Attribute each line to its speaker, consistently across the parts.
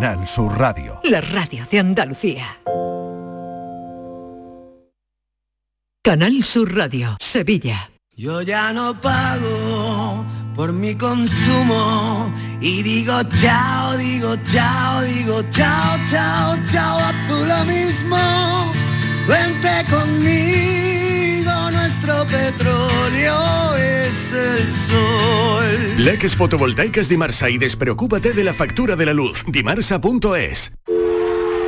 Speaker 1: Canal Sur Radio.
Speaker 2: La radio de Andalucía. Canal Sur Radio, Sevilla.
Speaker 3: Yo ya no pago por mi consumo y digo chao, digo chao, digo chao, chao, chao, a tú lo mismo. Vente conmigo, nuestro petróleo es el sol.
Speaker 4: Leques fotovoltaicas Dimarsa y despreocúpate de la factura de la luz. Dimarsa.es.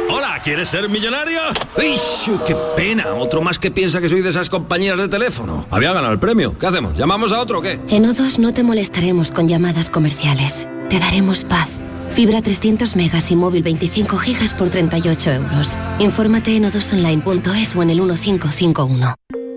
Speaker 5: Hola, ¿quieres ser millonario? ¡Ish! ¡Qué pena! Otro más que piensa que soy de esas compañeras de teléfono. Había ganado el premio. ¿Qué hacemos? ¿Llamamos a otro o qué?
Speaker 6: En O2 no te molestaremos con llamadas comerciales. Te daremos paz. Fibra 300 megas y móvil 25 gigas por 38 euros. Infórmate en o2online.es o en el 1551.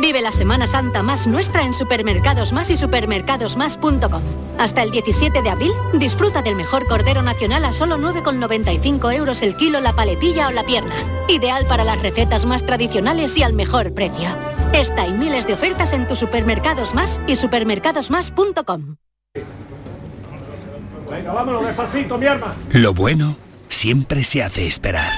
Speaker 7: Vive la Semana Santa más nuestra en Supermercados Más y supermercadosmás.com. Hasta el 17 de abril, disfruta del mejor cordero nacional a solo 9,95 euros el kilo la paletilla o la pierna. Ideal para las recetas más tradicionales y al mejor precio. Esta y miles de ofertas en tus supermercados más y supermercadosmás.com.
Speaker 8: Venga, vámonos, despacito, mi arma.
Speaker 9: Lo bueno siempre se hace esperar.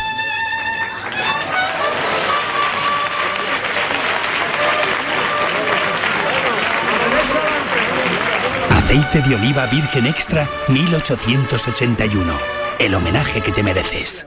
Speaker 9: Aceite de oliva virgen extra 1881. El homenaje que te mereces.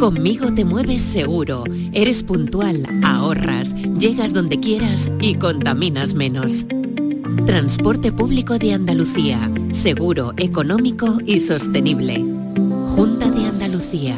Speaker 10: Conmigo te mueves seguro, eres puntual, ahorras, llegas donde quieras y contaminas menos. Transporte público de Andalucía, seguro, económico y sostenible. Junta de Andalucía.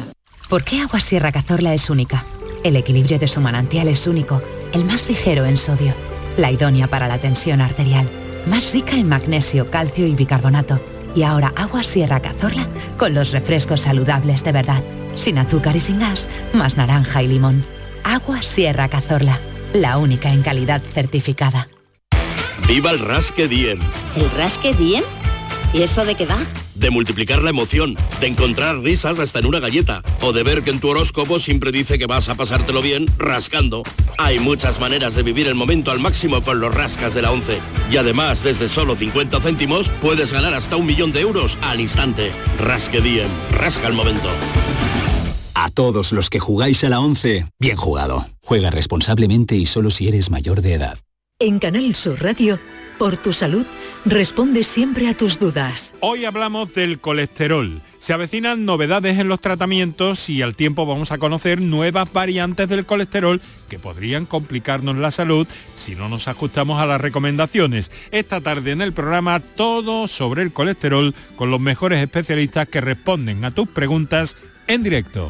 Speaker 11: ¿Por qué Agua Sierra Cazorla es única? El equilibrio de su manantial es único, el más ligero en sodio, la idónea para la tensión arterial, más rica en magnesio, calcio y bicarbonato. Y ahora Agua Sierra Cazorla con los refrescos saludables de verdad sin azúcar y sin gas, más naranja y limón. Agua Sierra Cazorla, la única en calidad certificada.
Speaker 12: Viva el Rasque Diem.
Speaker 13: ¿El Rasque Diem? ¿Y eso de qué va?
Speaker 12: De multiplicar la emoción, de encontrar risas hasta en una galleta, o de ver que en tu horóscopo siempre dice que vas a pasártelo bien rascando. Hay muchas maneras de vivir el momento al máximo con los rascas de la 11. Y además, desde solo 50 céntimos, puedes ganar hasta un millón de euros al instante. Rasque Diem, rasca el momento.
Speaker 14: A todos los que jugáis a la 11, bien jugado. Juega responsablemente y solo si eres mayor de edad.
Speaker 2: En Canal Sur Radio, por tu salud, responde siempre a tus dudas.
Speaker 15: Hoy hablamos del colesterol. Se avecinan novedades en los tratamientos y al tiempo vamos a conocer nuevas variantes del colesterol que podrían complicarnos la salud si no nos ajustamos a las recomendaciones. Esta tarde en el programa todo sobre el colesterol con los mejores especialistas que responden a tus preguntas en directo.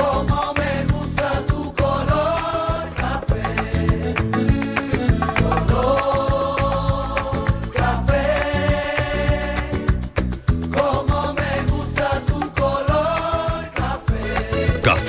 Speaker 3: Como me gusta tu color café, color café. Como me gusta tu color café,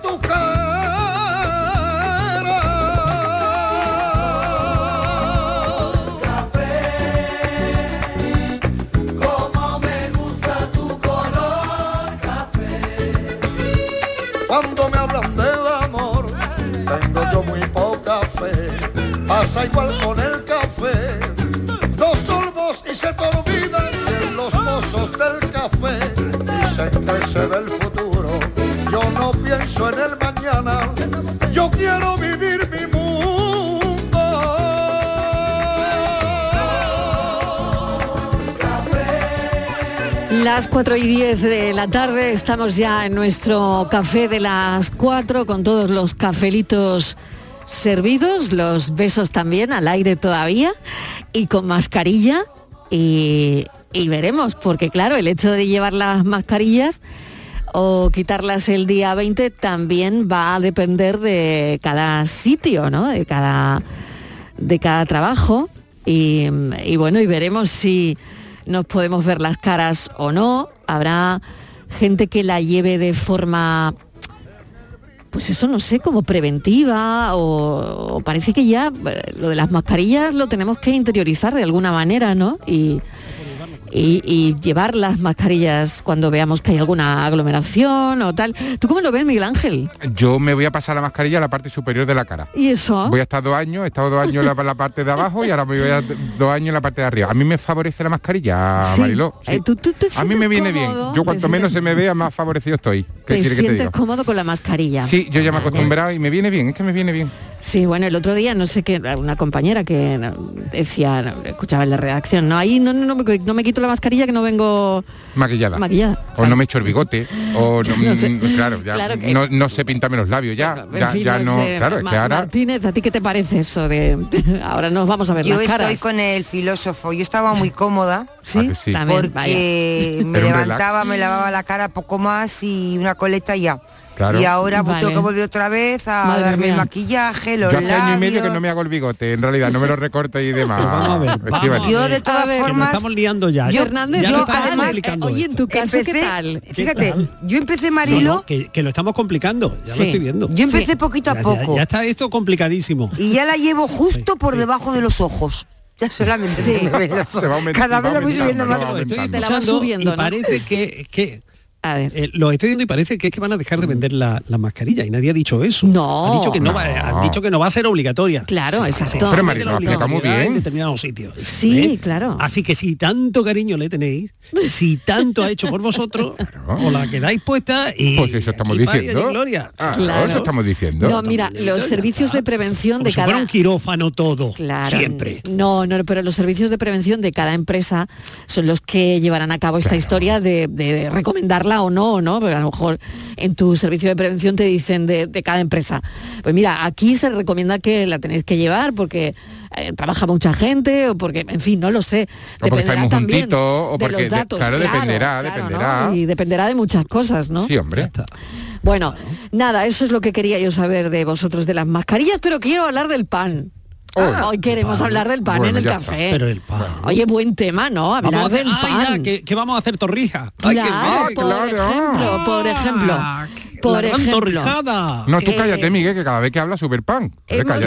Speaker 16: tu cara.
Speaker 3: Como me gusta tu color
Speaker 16: Cuando me hablan del amor, tengo yo muy poca fe. Pasa igual con el café. Dos sorbos y se te olvida que en los pozos del café. Dicen que se ve el futuro. Yo no pienso en el mañana. Yo quiero vivir mi mundo.
Speaker 17: Las 4 y 10 de la tarde estamos ya en nuestro café de las 4 con todos los cafelitos servidos, los besos también al aire todavía y con mascarilla y, y veremos, porque claro, el hecho de llevar las mascarillas o quitarlas el día 20 también va a depender de cada sitio, ¿no? De cada, de cada trabajo y, y bueno, y veremos si nos podemos ver las caras o no. Habrá gente que la lleve de forma, pues eso no sé, como preventiva o, o parece que ya eh, lo de las mascarillas lo tenemos que interiorizar de alguna manera, ¿no? Y, y- y llevar las mascarillas cuando veamos que hay alguna aglomeración o tal. ¿Tú cómo lo ves, Miguel Ángel?
Speaker 18: Yo me voy a pasar la mascarilla a la parte superior de la cara.
Speaker 17: ¿Y eso?
Speaker 18: Voy a estar dos años, he estado dos años en la, la parte de abajo y ahora me voy a dos años en la parte de arriba. A mí me favorece la mascarilla,
Speaker 17: Sí.
Speaker 18: Mariló.
Speaker 17: Eh, tú- tú te
Speaker 18: a mí me viene
Speaker 17: sientes cómodo,
Speaker 18: bien. Yo
Speaker 17: te
Speaker 18: cuanto menos se me vea, más favorecido estoy. ¿Qué
Speaker 17: ¿Te
Speaker 18: quiere que te
Speaker 17: sientes
Speaker 18: diga?
Speaker 17: cómodo con la mascarilla?
Speaker 18: Sí, yo ya me he acostumbrado y me viene bien, es que me viene bien.
Speaker 17: Sí, bueno, el otro día no sé qué, una compañera que no, decía, no, escuchaba en la redacción, no, ahí no, no, no, me- no me quito la mascarilla que no vengo
Speaker 18: Maquillada.
Speaker 17: maquillada.
Speaker 18: O no me echo el bigote, o no,
Speaker 17: No sé.
Speaker 18: claro, ya
Speaker 17: Claro que-
Speaker 18: no, no sé pintarme los labios, ya,
Speaker 17: En
Speaker 18: ya,
Speaker 17: fin,
Speaker 18: ya no,
Speaker 17: sé,
Speaker 18: claro, es que
Speaker 17: Ma-
Speaker 18: ahora
Speaker 17: Martínez, ¿a ti qué te parece eso de ahora nos vamos a ver
Speaker 19: Yo
Speaker 17: las
Speaker 19: estoy
Speaker 17: caras?
Speaker 19: con el filósofo. Yo estaba muy cómoda.
Speaker 18: Ah,
Speaker 17: Sí, sí? También,
Speaker 19: porque
Speaker 17: vaya.
Speaker 19: me
Speaker 17: Era un
Speaker 19: levantaba,
Speaker 17: relax.
Speaker 19: me lavaba la cara poco más y una coleta y ya.
Speaker 18: Claro.
Speaker 19: Y ahora pues, tengo
Speaker 18: Vale.
Speaker 19: que volver otra vez a
Speaker 18: Madre
Speaker 19: darme el
Speaker 18: mía.
Speaker 19: maquillaje, los
Speaker 18: yo hace año y medio que
Speaker 19: labios.
Speaker 18: no me hago el bigote, en realidad, no me lo recorto y demás.
Speaker 14: vamos a ver, vamos
Speaker 18: Estíbaliz.
Speaker 19: a Yo, de ver. todas
Speaker 14: A ver, que nos
Speaker 19: formas,
Speaker 14: estamos liando ya. ¿eh?
Speaker 19: yo-
Speaker 14: ya
Speaker 19: yo
Speaker 14: me estamos
Speaker 19: además,
Speaker 14: complicando
Speaker 19: eh, oye, en
Speaker 14: esto.
Speaker 19: tu caso, ¿qué Empecé- tal? fíjate, yo empecé, Marilo-
Speaker 14: que, que lo estamos complicando, ya
Speaker 19: Sí.
Speaker 14: lo estoy viendo.
Speaker 19: Yo empecé Sí. poquito a
Speaker 14: Ya- ya-
Speaker 19: poco.
Speaker 14: Ya, está esto complicadísimo.
Speaker 19: Y ya la llevo justo por debajo de los ojos. Ya solamente
Speaker 14: Sí.
Speaker 19: se me ven los
Speaker 14: Se va
Speaker 19: ojos.
Speaker 14: aumentando,
Speaker 19: Cada vez la voy
Speaker 14: va
Speaker 19: subiendo más.
Speaker 14: aumentando, va
Speaker 19: Te la
Speaker 14: vas
Speaker 19: subiendo,
Speaker 14: y
Speaker 19: ¿no?
Speaker 14: parece que es que eh, lo estoy viendo y parece que es que van a dejar de vender la- las mascarillas y nadie ha dicho eso. No. Han dicho que no, Va,
Speaker 18: No.
Speaker 14: han dicho que no va a ser obligatoria.
Speaker 17: Claro,
Speaker 18: exacto.
Speaker 14: se
Speaker 18: Pero Marilo,
Speaker 14: mete la
Speaker 18: explica muy
Speaker 14: obligatoriedad En
Speaker 18: bien.
Speaker 14: determinados sitios. ¿eh?
Speaker 17: Sí, claro.
Speaker 14: Así que si tanto cariño le tenéis, si tanto ha hecho por vosotros, os la quedáis puesta y
Speaker 18: Pues eso estamos
Speaker 14: y vaya de
Speaker 18: diciendo.
Speaker 14: gloria.
Speaker 18: Ah,
Speaker 14: Claro.
Speaker 18: Eso estamos diciendo.
Speaker 17: No, mira, los servicios de prevención
Speaker 14: como
Speaker 17: de
Speaker 14: si fuera
Speaker 17: cada
Speaker 14: un quirófano todo,
Speaker 17: Claro.
Speaker 14: siempre.
Speaker 17: No, no, pero los servicios de prevención de cada empresa son los que llevarán a cabo esta historia de, de recomendarla o no, ¿no? Pero a lo mejor en tu servicio de prevención te dicen de, de cada empresa. Pues mira, aquí se recomienda que la tenéis que llevar porque eh, trabaja mucha gente o porque, en fin, no lo sé.
Speaker 18: O porque estáis muy
Speaker 17: también
Speaker 18: juntitos, o
Speaker 17: de
Speaker 18: porque...
Speaker 17: los
Speaker 18: de-
Speaker 17: datos.
Speaker 18: claro, dependerá,
Speaker 17: claro, ¿no?
Speaker 18: dependerá.
Speaker 17: Y dependerá de muchas cosas, ¿no?
Speaker 18: Sí, hombre.
Speaker 17: Bueno, nada, eso es lo que quería yo saber de vosotros de las mascarillas, pero quiero hablar del pan.
Speaker 14: Oh,
Speaker 17: Ah, Hoy queremos hablar del pan en el café.
Speaker 14: Pero el pan.
Speaker 17: Oye, buen tema, ¿no? Hablar
Speaker 14: Vamos a hacer-
Speaker 17: del
Speaker 14: ay,
Speaker 17: pan.
Speaker 14: ya, que, que vamos a hacer torrija.
Speaker 17: Claro, por ejemplo, por ejemplo, por
Speaker 14: gran
Speaker 17: ejemplo.
Speaker 14: Ah, torrijada.
Speaker 18: No, tú
Speaker 14: Eh,
Speaker 18: cállate, Miguel, que cada vez que habla super pan.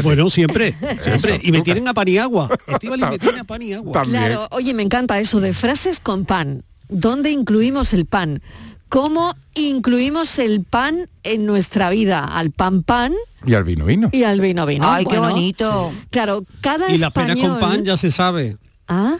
Speaker 14: Bueno, siempre, siempre. y me tienen a pan y agua. Estíbaliz me tiene a pan y agua.
Speaker 17: Claro, oye, me encanta eso de frases con pan. ¿Dónde incluimos el pan? ¿Cómo incluimos el pan en nuestra vida? Al pan pan
Speaker 18: Y al vino vino.
Speaker 17: y al vino vino.
Speaker 14: Ay, qué
Speaker 17: bonito. Claro, cada
Speaker 14: Y las penas
Speaker 17: español-
Speaker 14: con pan ya se sabe.
Speaker 17: Ah,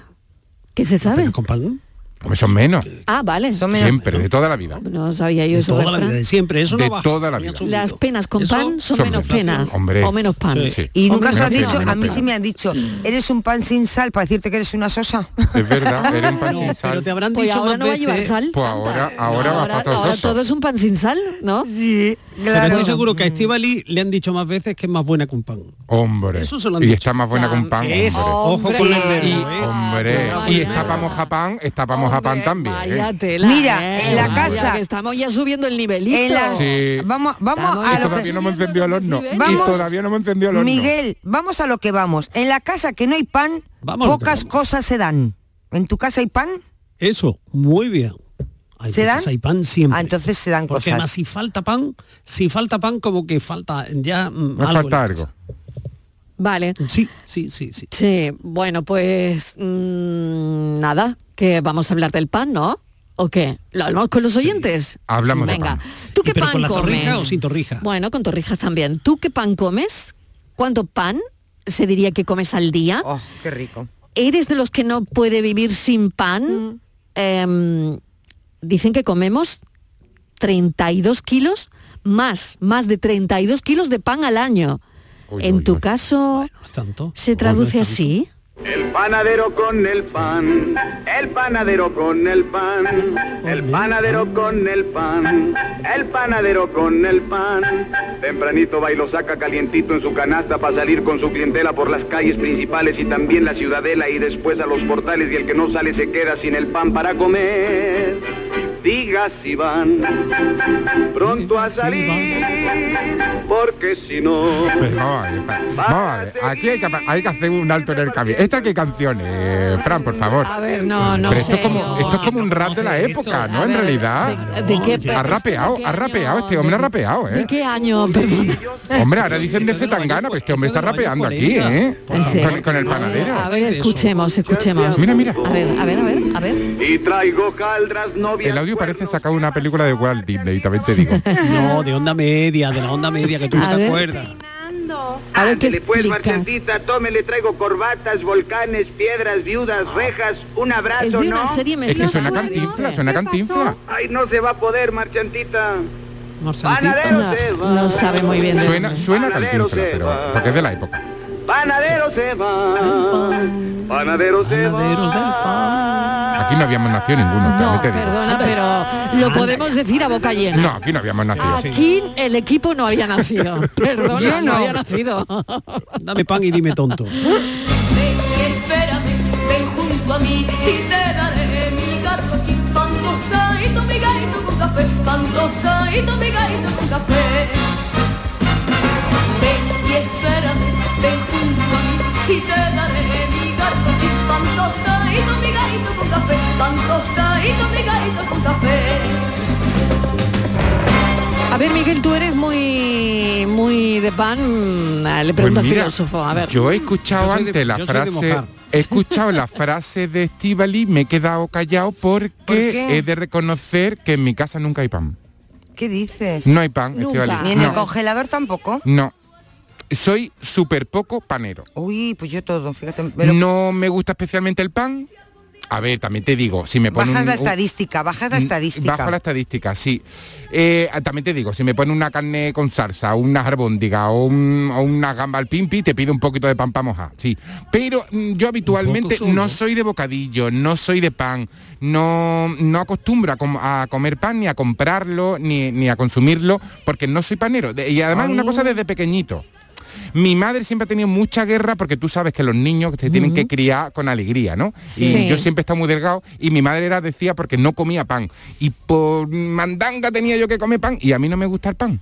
Speaker 17: ¿qué se sabe?
Speaker 14: ¿Con pan?
Speaker 18: Hombre, son menos.
Speaker 17: Ah, vale.
Speaker 18: Siempre, de toda la vida.
Speaker 17: No sabía yo
Speaker 14: De
Speaker 17: eso.
Speaker 14: toda
Speaker 17: del
Speaker 14: la vida,
Speaker 17: Fran.
Speaker 14: de siempre. Eso
Speaker 18: de
Speaker 14: no va.
Speaker 18: toda la vida.
Speaker 17: Las penas con pan son,
Speaker 18: son
Speaker 17: menos
Speaker 18: menos
Speaker 17: penas
Speaker 18: Hombre.
Speaker 17: o menos pan.
Speaker 18: Sí.
Speaker 19: Y nunca
Speaker 18: Menos
Speaker 19: se han
Speaker 18: pena,
Speaker 19: dicho,
Speaker 18: menos
Speaker 19: a mí
Speaker 18: pena.
Speaker 19: sí me han dicho, eres un pan sin sal para decirte que eres una sosa.
Speaker 18: Es verdad, era un pan sin sal.
Speaker 14: te habrán
Speaker 17: Pues ahora no va a llevar sal.
Speaker 18: Pues ahora, ahora va
Speaker 17: Ahora,
Speaker 18: para todos.
Speaker 17: ahora
Speaker 18: los
Speaker 17: todo es un pan sin sal, ¿no? Sí,
Speaker 14: Pero estoy seguro que
Speaker 17: Mm.
Speaker 14: a Estivali le han dicho más veces que es más buena que un pan.
Speaker 18: Hombre.
Speaker 14: Eso se lo han
Speaker 18: y
Speaker 14: dicho.
Speaker 18: está más buena con pan.
Speaker 14: Es-
Speaker 18: hombre.
Speaker 14: ojo con el dedo,
Speaker 18: Y,
Speaker 14: ¿eh?
Speaker 18: hombre.
Speaker 14: Ah,
Speaker 18: Y
Speaker 14: vaya.
Speaker 18: está para mojar pan, está para mojar pan también. ¿eh?
Speaker 19: Mira, en la casa-
Speaker 17: que estamos ya subiendo el nivelito.
Speaker 19: En la-
Speaker 18: Sí.
Speaker 19: Vamos, vamos
Speaker 18: Estamos-
Speaker 19: a
Speaker 18: Y
Speaker 19: lo
Speaker 18: todavía
Speaker 19: que...
Speaker 18: no me encendió el horno.
Speaker 19: Vamos-
Speaker 18: y todavía no me encendió el horno.
Speaker 19: Miguel, vamos a lo que vamos. En la casa que no hay pan,
Speaker 18: Vamos a lo que
Speaker 19: pocas cosas se dan. ¿En tu casa hay pan?
Speaker 14: Eso, muy bien. Hay
Speaker 19: ¿Se dan?
Speaker 14: cosas, Hay pan siempre.
Speaker 19: Ah, entonces se dan
Speaker 14: Porque
Speaker 19: cosas.
Speaker 14: más si falta pan, si falta pan como que falta ya mm,
Speaker 18: Me
Speaker 14: algo
Speaker 18: falta
Speaker 14: en la
Speaker 18: algo.
Speaker 17: Vale.
Speaker 14: Sí, sí, sí, sí.
Speaker 17: Sí, bueno, pues mm, nada, que vamos a hablar del pan, ¿no? ¿O qué? ¿Lo hablamos con los oyentes?
Speaker 18: Hablamos de
Speaker 17: Venga.
Speaker 18: pan.
Speaker 17: ¿Tú qué
Speaker 14: ¿Pero
Speaker 17: pan
Speaker 14: con la
Speaker 17: comes?
Speaker 14: torrija o sin torrija?
Speaker 17: Bueno, con torrijas también. ¿Tú qué pan comes? ¿Cuánto pan se diría que comes al día?
Speaker 19: Oh, Qué rico.
Speaker 17: ¿Eres de los que no puede vivir sin pan? Em, dicen que comemos 32 kilos más, más de 32 kilos de pan al año. en tu caso, ¿se traduce así?
Speaker 20: El panadero con el pan, el panadero con el pan, el panadero con el pan, el panadero con el pan. Tempranito va y lo saca calientito en su canasta para salir con su clientela por las calles principales y también la ciudadela y después a los portales y el que no sale se queda sin el pan para comer. Diga si van pronto a salir, porque si no...
Speaker 18: Pues Vamos a ver, aquí hay que, hay que hacer un alto en el camino. ¿Esta qué canción es, Fran, por favor?
Speaker 17: A ver, no, no
Speaker 18: Pero esto,
Speaker 17: sé,
Speaker 18: es como,
Speaker 17: yo-
Speaker 18: esto es como un rap de la época, ¿no? En realidad.
Speaker 17: ¿De qué
Speaker 18: Ha
Speaker 17: pero
Speaker 18: rapeado, ha rapeado, este hombre ha rapeado,
Speaker 17: ¿De
Speaker 18: ¿eh?
Speaker 17: qué año? Perdona.
Speaker 18: Hombre, ahora dicen de Zetangana, pero este hombre está rapeando aquí, ¿eh? Con, con el panadero.
Speaker 17: Eh, A ver, escuchemos, escuchemos.
Speaker 18: Mira, mira.
Speaker 17: A ver, a ver, a ver, a ver.
Speaker 20: Y traigo caldras novias.
Speaker 18: El audio parece sacado de una película de Walt Disney, también te digo.
Speaker 14: No, de onda media, de la onda media que tú no
Speaker 20: A
Speaker 14: te
Speaker 20: ver.
Speaker 14: acuerdas.
Speaker 20: Ándele pues, Marcentita, tome, le traigo corbatas, volcanes, piedras, viudas, rejas, un abrazo,
Speaker 18: Es de una
Speaker 20: ¿no?
Speaker 18: serie Es que mexicana. suena cantinfla, suena cantinfla.
Speaker 20: Ay, no se va a poder, Marchantita. Panadero se
Speaker 17: No,
Speaker 20: va.
Speaker 17: no sabe muy bien. de
Speaker 18: Suena,
Speaker 17: dónde.
Speaker 18: suena cantinfla, pero porque es de la época.
Speaker 20: Panadero se va. Panadero se va.
Speaker 18: Aquí no habíamos nacido ninguno, también te digo.
Speaker 17: Perdona, pero lo podemos decir a boca llena.
Speaker 18: No, aquí no habíamos nacido.
Speaker 17: Aquí el equipo no había nacido. Perdona, no
Speaker 14: Yo no.
Speaker 17: había nacido.
Speaker 14: Dame pan y dime tonto.
Speaker 21: Ven y espérame, ven junto a mí y te daré mi garrochín, pan tostadito, mi gaito con café, pan tostadito, mi gaito con café. Ven y espérame, ven junto a mí y te daré mi garrochín, pan tostadito, mi gaito con café, pan tostadito, mi gaito con café.
Speaker 17: A ver, Miguel, tú eres muy muy de pan. Mm, Le pregunto
Speaker 18: Pues
Speaker 17: al
Speaker 18: mira,
Speaker 17: filósofo. A ver.
Speaker 18: Yo he escuchado
Speaker 17: Yo soy de-
Speaker 18: antes la
Speaker 17: yo soy de
Speaker 18: frase.
Speaker 17: mojar.
Speaker 18: He escuchado la frase de Estivali, me he quedado callado porque
Speaker 19: qué?
Speaker 18: he de reconocer que en mi casa nunca hay pan.
Speaker 19: ¿Qué dices?
Speaker 18: No hay pan, Estivali.
Speaker 19: Ni en el
Speaker 18: No,
Speaker 19: congelador tampoco.
Speaker 18: no. Soy súper poco panero.
Speaker 19: Uy, pues yo todo, fíjate.
Speaker 18: No me gusta especialmente el pan. A ver, también te digo, si me ponen
Speaker 19: Bajas la
Speaker 18: un- un-
Speaker 19: estadística, bajas la estadística.
Speaker 18: Bajo la estadística, sí. Eh, también te digo, si me pone una carne con salsa, unas albóndigas o, un- o una gamba al pimpi, te pido un poquito de pan para mojar, sí. Pero mm, yo habitualmente
Speaker 1: solo.
Speaker 18: no soy de bocadillo, no soy de pan, no, no acostumbro a, com- a comer pan, ni a comprarlo, ni, ni a consumirlo, porque no soy panero. De- y además una cosa desde pequeñito. Mi madre siempre ha tenido mucha guerra porque tú sabes que los niños se tienen que criar con alegría, ¿no?
Speaker 22: Sí.
Speaker 18: Y yo siempre estaba muy delgado y mi madre era decía porque no comía pan y por mandanga tenía yo que comer pan y a mí no me gusta el pan.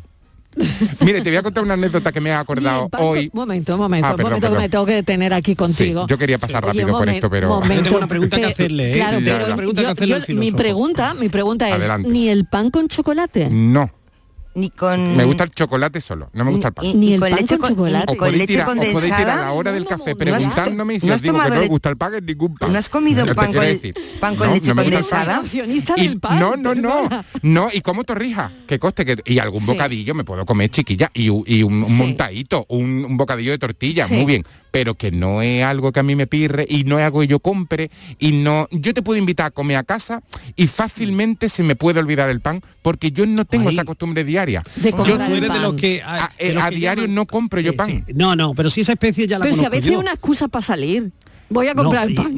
Speaker 18: Mire, te voy a contar una anécdota que me ha acordado hoy.
Speaker 17: Un momento, un momento,
Speaker 18: Ah,
Speaker 17: un
Speaker 18: perdón,
Speaker 17: momento que
Speaker 18: perdón.
Speaker 17: me tengo que detener aquí contigo.
Speaker 18: yo quería pasar
Speaker 17: Oye,
Speaker 18: rápido por
Speaker 17: momen-
Speaker 18: esto, pero
Speaker 17: momento.
Speaker 14: que
Speaker 17: Eh,
Speaker 18: hacerle, ¿eh?
Speaker 17: Claro,
Speaker 18: La
Speaker 17: pero
Speaker 18: verdad.
Speaker 14: pregunta
Speaker 17: yo-
Speaker 14: que hacerle al
Speaker 17: yo- mi
Speaker 18: filósofo.
Speaker 17: pregunta, mi pregunta es,
Speaker 18: Adelante.
Speaker 17: ¿ni el pan con chocolate?
Speaker 18: No,
Speaker 19: Ni con...
Speaker 18: me gusta el chocolate solo, no me gusta el pan.
Speaker 19: Ni- ni
Speaker 17: el
Speaker 19: con
Speaker 17: pan
Speaker 19: leche
Speaker 17: con
Speaker 19: con-
Speaker 17: chocolate.
Speaker 19: ni
Speaker 18: Os podéis
Speaker 19: leche
Speaker 18: tirar- os podéis tirar
Speaker 19: condensada.
Speaker 18: a la hora del café
Speaker 19: no, no.
Speaker 18: preguntándome y si
Speaker 19: ¿No has
Speaker 18: os digo que
Speaker 19: tomado
Speaker 18: no os
Speaker 19: le-
Speaker 18: gusta el pan es ningún pan.
Speaker 19: ¿No has comido
Speaker 18: Yo te
Speaker 19: pan
Speaker 18: quiero
Speaker 19: con-
Speaker 18: decir,
Speaker 19: pan con leche
Speaker 18: me gusta el pan.
Speaker 19: condensada?
Speaker 17: Accionista
Speaker 18: Y-
Speaker 17: del pan.
Speaker 18: no, no, no,
Speaker 17: perdona.
Speaker 18: no, y como torrija, que coste que y algún
Speaker 17: Sí.
Speaker 18: bocadillo me puedo comer chiquilla y, u- y un, un Sí. montadito, un, un bocadillo de tortilla, Sí. muy bien, pero que no es algo que a mí me pirre y no es algo que yo compre y no, yo te puedo invitar a comer a casa y fácilmente se me puede olvidar el pan porque yo no tengo esa costumbre diaria.
Speaker 14: De
Speaker 18: yo
Speaker 14: comprar Tú el eres de pan. los que-
Speaker 18: a,
Speaker 14: de
Speaker 18: eh,
Speaker 14: los
Speaker 18: a
Speaker 14: que
Speaker 18: diario
Speaker 14: llaman-
Speaker 18: no compro yo pan.
Speaker 14: No, no, pero si esa especie ya la
Speaker 17: Pero si a
Speaker 14: conozco
Speaker 17: veces es
Speaker 14: yo.
Speaker 17: una excusa para salir. Voy a comprar el pan.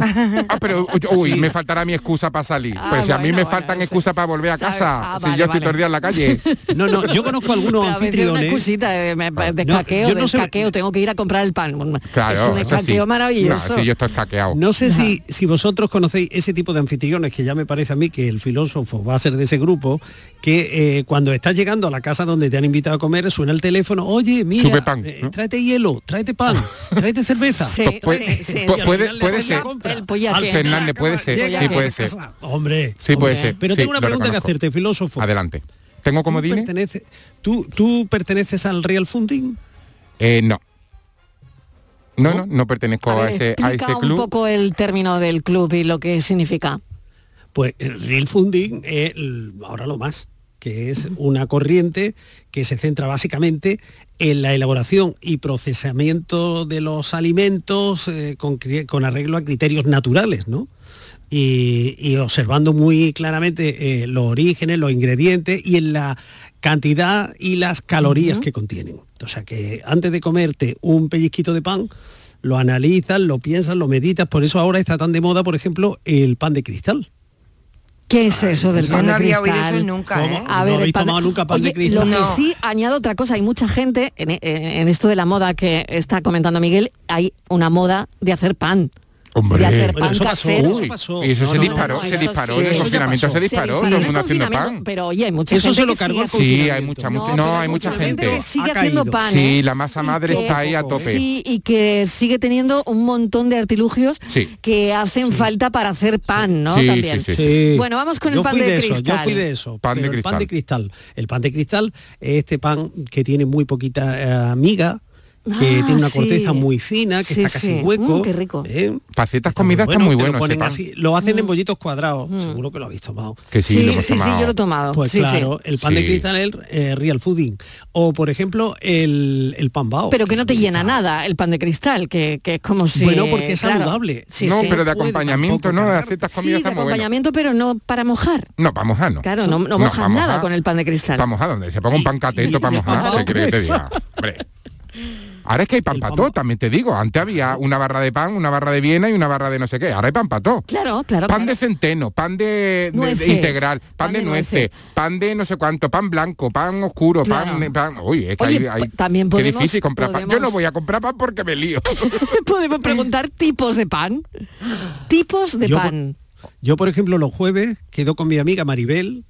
Speaker 18: Ah, pero uy, me faltará mi excusa para salir.
Speaker 17: Ah,
Speaker 18: pues si a mí
Speaker 17: bueno,
Speaker 18: me
Speaker 17: bueno,
Speaker 18: faltan
Speaker 17: sí.
Speaker 18: excusas para volver a
Speaker 17: ¿Sabes?
Speaker 18: casa,
Speaker 17: Ah,
Speaker 18: si
Speaker 17: vale,
Speaker 18: yo estoy
Speaker 17: vale.
Speaker 18: todo el día en la calle.
Speaker 14: No, no, yo conozco algunos
Speaker 17: Pero a veces es una
Speaker 14: anfitriones. Ah,
Speaker 17: excusita de, me- me-
Speaker 14: No,
Speaker 17: descaqueo,
Speaker 14: yo no sé-
Speaker 17: descaqueo, tengo que ir a comprar el pan.
Speaker 18: Claro,
Speaker 17: es un
Speaker 18: eso sí.
Speaker 17: descaqueo maravilloso.
Speaker 18: No, sí, yo estoy escaqueado.
Speaker 14: No sé si, si vosotros conocéis ese tipo de anfitriones, que ya me parece a mí que el filósofo va a ser de ese grupo, que eh, cuando estás llegando a la casa donde te han invitado a comer, suena el teléfono, oye, mira,
Speaker 18: Sube pan,
Speaker 14: eh, tráete hielo, tráete pan, tráete cerveza.
Speaker 18: Pues puede, pu- puede puede, puede ser. Al Fernández, puede ser. Sí, puede ser.
Speaker 14: Hombre.
Speaker 18: Sí, puede
Speaker 14: hombre.
Speaker 18: ser.
Speaker 14: Pero
Speaker 18: Sí,
Speaker 14: tengo una
Speaker 18: lo
Speaker 14: pregunta que
Speaker 18: reconozco.
Speaker 14: hacerte, filósofo.
Speaker 18: Adelante. ¿Tengo
Speaker 14: ¿Tú
Speaker 18: comodines?
Speaker 14: perteneces- ¿Tú, ¿Tú perteneces al Real Funding?
Speaker 18: Eh, no. No, no, no pertenezco a,
Speaker 17: A ver,
Speaker 18: ese, a ese
Speaker 17: explica un
Speaker 18: club.
Speaker 17: poco el término del club y lo que significa.
Speaker 14: Pues el real funding es el- ahora lo más, que es una corriente que se centra básicamente en la elaboración y procesamiento de los alimentos eh, con, cri- con arreglo a criterios naturales, ¿no? Y, y observando muy claramente eh, los orígenes, los ingredientes y en la cantidad y las calorías que contienen. O sea que antes de comerte un pellizquito de pan, lo analizas, lo piensas, lo meditas. Por eso ahora está tan de moda, por ejemplo, el pan de cristal.
Speaker 17: ¿Qué es eso del
Speaker 14: yo
Speaker 17: pan
Speaker 14: no
Speaker 17: de
Speaker 14: habría
Speaker 17: cristal?
Speaker 14: oído eso nunca, ¿Cómo? ¿eh?
Speaker 17: A
Speaker 14: No
Speaker 17: ver, el
Speaker 14: habéis
Speaker 17: pan de-
Speaker 14: tomado nunca pan de
Speaker 17: Oye,
Speaker 14: cristal.
Speaker 17: Lo que
Speaker 14: No.
Speaker 17: sí añado otra cosa, hay mucha gente en, en- en esto de la moda que está comentando Miguel, hay una moda de hacer pan. De hacer
Speaker 18: Eh,
Speaker 17: pan
Speaker 18: Bueno, eso pasó,
Speaker 17: casero.
Speaker 18: eso pasó. Y eso se disparó, se disparó, en el confinamiento se disparó, todo el
Speaker 17: en
Speaker 18: mundo haciendo
Speaker 17: confinamiento,
Speaker 18: pan.
Speaker 17: Pero oye, hay mucha gente que sigue
Speaker 18: Sí, hay mucha, mucha- no,
Speaker 17: pero
Speaker 18: hay mucha gente.
Speaker 17: que sigue haciendo pan.
Speaker 18: Sí,
Speaker 17: ¿eh?
Speaker 18: la masa madre
Speaker 17: que-
Speaker 18: está ahí a tope.
Speaker 17: Sí, y que sigue teniendo un montón de artilugios
Speaker 18: Sí.
Speaker 17: que hacen falta para hacer pan, ¿no?
Speaker 18: Sí,
Speaker 17: También.
Speaker 18: sí, sí, sí.
Speaker 17: Bueno, vamos con el
Speaker 14: Yo
Speaker 17: pan
Speaker 14: fui
Speaker 17: de,
Speaker 14: eso,
Speaker 17: cristal.
Speaker 14: Yo fui de eso.
Speaker 18: Pan de
Speaker 14: pero El pan de cristal. El pan de cristal es este pan que tiene muy poquita eh, miga, que
Speaker 17: Ah,
Speaker 14: tiene una
Speaker 17: sí.
Speaker 14: corteza muy fina, que
Speaker 17: Sí,
Speaker 14: está casi
Speaker 17: sí.
Speaker 14: hueco.
Speaker 17: Mm, qué rico.
Speaker 14: ¿eh?
Speaker 18: Facetas comidas están muy
Speaker 14: que
Speaker 18: buenos.
Speaker 14: Lo, ponen
Speaker 18: ese pan.
Speaker 14: así, lo hacen en bollitos cuadrados. Seguro que lo habéis tomado.
Speaker 18: Que sí, Sí, lo hemos sí, sí, tomado. yo lo he
Speaker 17: tomado.
Speaker 14: Pues
Speaker 17: Sí,
Speaker 14: claro,
Speaker 17: sí.
Speaker 14: el pan de
Speaker 18: Sí.
Speaker 14: cristal es el eh, real fooding. O por ejemplo, el, el pan bao.
Speaker 17: Pero que no te llena nada el pan de cristal, que, que es como si...
Speaker 14: Bueno, porque es
Speaker 17: claro.
Speaker 14: saludable.
Speaker 17: Sí,
Speaker 18: no,
Speaker 17: sí.
Speaker 18: pero de acompañamiento, ¿no? De ciertas
Speaker 17: Sí,
Speaker 18: comidas
Speaker 17: de
Speaker 18: está muy bueno.
Speaker 17: acompañamiento, pero no para mojar.
Speaker 18: No, para mojar no.
Speaker 17: Claro, no, no mojas
Speaker 18: para
Speaker 17: nada
Speaker 18: mojar,
Speaker 17: con el pan de cristal.
Speaker 18: Para mojar, donde se ponga un pan cateto para mojar, ¿qué crees que te diga? Hombre. Ahora es que hay pan pató, también te digo. Antes había una barra de pan, una barra de Viena y una barra de no sé qué. Ahora hay pan pató.
Speaker 17: Claro, claro.
Speaker 18: Pan de centeno, pan de, de- de
Speaker 17: Nueces.
Speaker 18: integral, pan,
Speaker 17: Pan
Speaker 18: de,
Speaker 17: de
Speaker 18: nueces,
Speaker 17: nueces.
Speaker 18: pan de no sé cuánto, pan blanco, pan oscuro, pan, pan. Uy, es que
Speaker 17: Oye,
Speaker 18: hay- hay-
Speaker 17: pa- también
Speaker 18: qué
Speaker 17: podemos-
Speaker 18: difícil comprar pan. Yo no
Speaker 17: podemos-
Speaker 18: voy a comprar pan porque me lío.
Speaker 17: Podemos preguntar tipos de pan. Tipos de
Speaker 14: Yo,
Speaker 17: pan.
Speaker 14: Yo, por ejemplo, los jueves quedo con mi amiga Maribel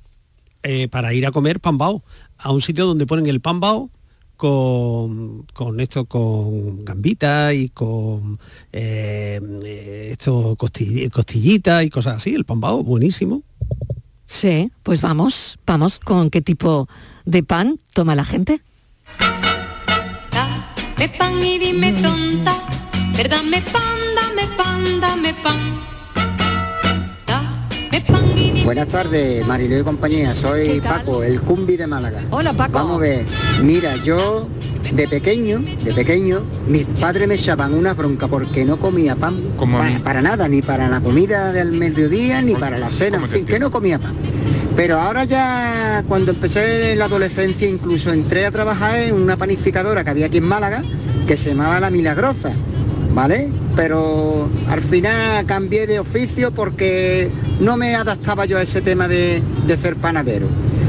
Speaker 14: eh, para ir a comer pan bao, a un sitio donde ponen el pan bao con, con esto, con gambita y con eh, eh, esto, costi- costillita y cosas así, el pan bao, buenísimo.
Speaker 17: Sí, pues vamos, vamos con qué tipo de pan toma la gente.
Speaker 1: Dame pan y dime tonta, pero dame pan, dame pan, dame pan.
Speaker 23: Buenas tardes, Marilo y compañía. Soy Paco, el cumbi de Málaga.
Speaker 17: Hola, Paco.
Speaker 23: Vamos a ver. Mira, yo de pequeño, de pequeño, mis padres me echaban una bronca porque no comía pan
Speaker 24: Como a
Speaker 23: pa-
Speaker 24: mí.
Speaker 23: para nada, ni para la comida del mediodía, ni para la cena, en fin, que no comía pan. Pero ahora ya, cuando empecé la adolescencia, incluso entré a trabajar en una panificadora que había aquí en Málaga, que se llamaba La Milagrosa, ¿vale? Pero al final cambié de oficio porque no me adaptaba yo a ese tema de, de ser panadero.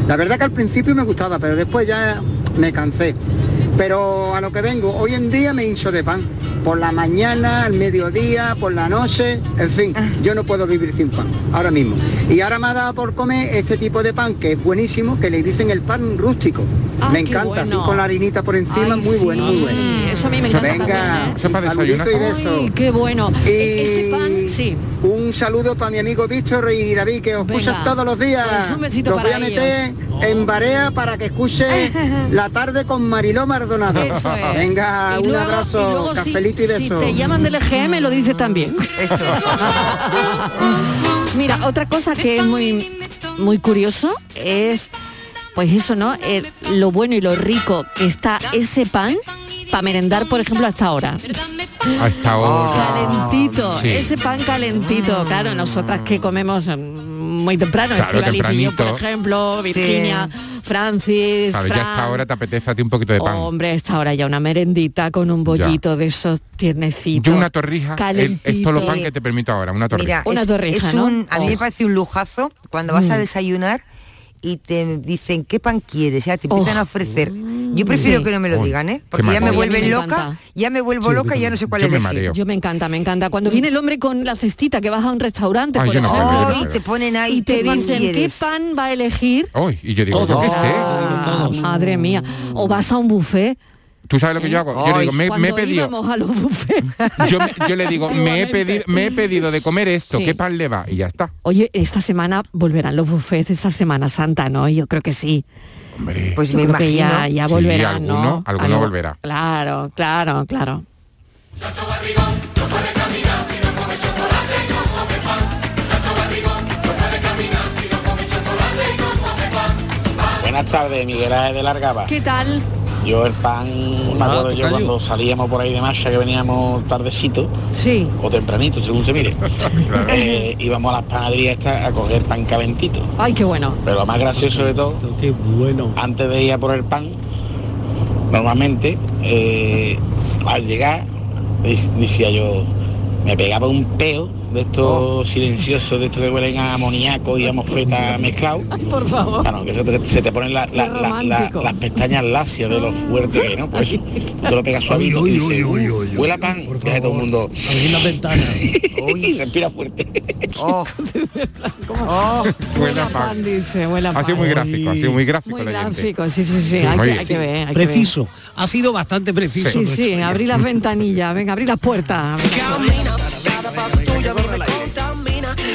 Speaker 23: La verdad que al principio me gustaba, pero después ya me cansé. Pero a lo que vengo, hoy en día me hincho de pan. Por la mañana, al mediodía, por la noche, en fin, yo no puedo vivir sin pan, ahora mismo. Y ahora me ha dado por comer este tipo de pan, que es buenísimo, que le dicen el pan rústico.
Speaker 17: Ah,
Speaker 23: me
Speaker 17: qué
Speaker 23: encanta,
Speaker 17: bueno.
Speaker 23: así con la harinita por encima,
Speaker 17: Ay,
Speaker 23: muy
Speaker 17: sí,
Speaker 23: bueno, muy bueno.
Speaker 17: Eso a mí me encanta
Speaker 23: Venga,
Speaker 17: también, ¿eh?
Speaker 23: un saludito y beso.
Speaker 17: Ay, qué bueno.
Speaker 23: Y
Speaker 17: E- Ese pan, sí.
Speaker 23: Un saludo para mi amigo Víctor y David, que os
Speaker 17: Venga.
Speaker 23: escuchan todos los días.
Speaker 17: Pues un besito
Speaker 23: Los
Speaker 17: para
Speaker 23: voy a meter en Barea para que escuche la tarde con Mariló Mardonado.
Speaker 17: Eso es.
Speaker 23: Venga,
Speaker 17: Y
Speaker 23: un
Speaker 17: luego-
Speaker 23: abrazo,
Speaker 17: y luego si-
Speaker 23: cafelito y
Speaker 17: si
Speaker 23: beso.
Speaker 17: te llaman del EGM lo dices también. Eso. Mira, otra cosa que es muy, muy curioso es, pues eso, ¿no? El- lo bueno y lo rico que está ese pan para merendar, por ejemplo, hasta ahora.
Speaker 18: Hasta ahora.
Speaker 17: Calentito,
Speaker 18: Ah, Sí.
Speaker 17: ese pan calentito. Claro, nosotras que comemos mm, muy temprano,
Speaker 18: Claro,
Speaker 17: Estivaliz y yo, por
Speaker 18: tempranito.
Speaker 17: ejemplo, Virginia, Francis,
Speaker 18: Claro,
Speaker 17: Fran,
Speaker 18: ya hasta ahora te apetece a ti un poquito de pan.
Speaker 17: Hombre, esta hora ya una merendita con un bollito de esos tiernecitos.
Speaker 18: Yo una torrija, es, es todo lo pan que te permito ahora, una torrija. Oh.
Speaker 22: Mira, es, es un, a mí me parece un lujazo cuando vas a desayunar y te dicen qué pan quieres, ya te empiezan a ofrecer. Yo prefiero
Speaker 17: Sí.
Speaker 22: que no me lo
Speaker 18: Uy,
Speaker 22: digan, ¿eh?
Speaker 18: qué
Speaker 22: Porque ya me
Speaker 17: maravilla.
Speaker 22: vuelven
Speaker 17: Oye, a mí me
Speaker 22: loca,
Speaker 17: encanta.
Speaker 22: ya me vuelvo loca y ya no sé cuál elegir.
Speaker 17: Yo me encanta, me encanta. Cuando viene el hombre con la cestita que vas a un restaurante,
Speaker 22: Ay,
Speaker 17: por
Speaker 22: yo no
Speaker 17: ejemplo,
Speaker 22: puedo,
Speaker 17: ¿no?
Speaker 22: yo no puedo. Y te ponen ahí,
Speaker 17: y te
Speaker 22: ¿qué pan
Speaker 17: dicen qué
Speaker 22: quieres?
Speaker 17: pan va a elegir.
Speaker 18: Ay, y yo digo, yo qué sé.
Speaker 17: Ah, madre mía. O vas a un buffet
Speaker 18: ¿Tú sabes lo que yo hago? Yo le digo, me, me he
Speaker 17: Cuando
Speaker 18: pedido...
Speaker 17: íbamos a los buffets.
Speaker 18: Yo, me- yo le digo, me he, pedido, me he pedido de comer esto,
Speaker 17: Sí.
Speaker 18: ¿qué pan le va? Y ya está.
Speaker 17: Oye, esta semana volverán los buffets, esta Semana Santa, ¿no? Yo creo que sí.
Speaker 18: Pues
Speaker 17: Yo
Speaker 18: me
Speaker 17: creo que
Speaker 18: imagino.
Speaker 17: ya, ya
Speaker 18: Sí,
Speaker 17: volverán,
Speaker 18: alguno-
Speaker 17: ¿no?
Speaker 18: alguno
Speaker 17: Algo-
Speaker 18: volverá.
Speaker 17: Claro, claro, claro.
Speaker 24: Buenas tardes, Miguel Ángel de
Speaker 18: Ah,
Speaker 24: Largaba.
Speaker 17: ¿Qué tal?
Speaker 24: Yo el pan, me acuerdo yo cuando salíamos por ahí de marcha que veníamos tardecito.
Speaker 17: Sí.
Speaker 24: O tempranito, según se mire. eh, íbamos a las panaderías estas a coger pan calentito.
Speaker 17: Ay, qué bueno.
Speaker 24: Pero lo más gracioso de todo,
Speaker 14: bueno.
Speaker 24: antes de ir a por el pan, normalmente eh, al llegar, dic- decía yo, me pegaba un peo de estos silenciosos, de estos que huelen a amoníaco y a mofeta mezclado.
Speaker 17: por favor.
Speaker 24: Claro, que se te, se te ponen la- la- la- la-
Speaker 25: romántico.
Speaker 24: las pestañas lacias
Speaker 26: Ah.
Speaker 24: de lo fuerte que es, ¿no? Pues tú lo pegas suavito y dices, huele a pan, y hace todo el mundo.
Speaker 14: Abrir las ventanas.
Speaker 24: Uy, respira fuerte.
Speaker 26: Oh.
Speaker 17: Oh,
Speaker 18: Huele a
Speaker 17: pan, dice, huele a
Speaker 18: Ha sido
Speaker 17: pan.
Speaker 18: muy gráfico, ha sido muy gráfico
Speaker 17: Muy
Speaker 18: el oyente.
Speaker 17: gráfico, sí, sí, sí,
Speaker 18: Sí,
Speaker 17: hay,
Speaker 18: muy
Speaker 17: que,
Speaker 18: bien.
Speaker 17: hay que ver. hay que ver.
Speaker 14: preciso. Ha sido bastante preciso.
Speaker 17: Sí, sí, abrí las ventanillas, venga, abrí las puertas.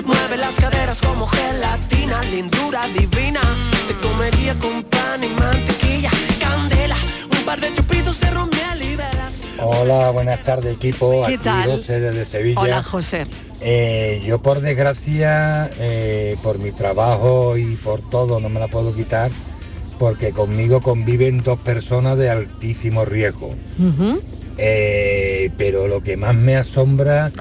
Speaker 27: Mueve las caderas como gelatina, lindura divina. Te comería con pan y mantequilla, candela, un par de chupitos de ron, miel y velas.
Speaker 9: Hola, buenas tardes equipo.
Speaker 27: ¿Qué
Speaker 9: Aquí
Speaker 27: tal?
Speaker 9: José desde Sevilla.
Speaker 17: Hola, José.
Speaker 9: Eh, yo por desgracia, eh, por mi trabajo y por todo, no me la puedo quitar, porque conmigo conviven dos personas de altísimo riesgo. Eh, pero lo que más me asombra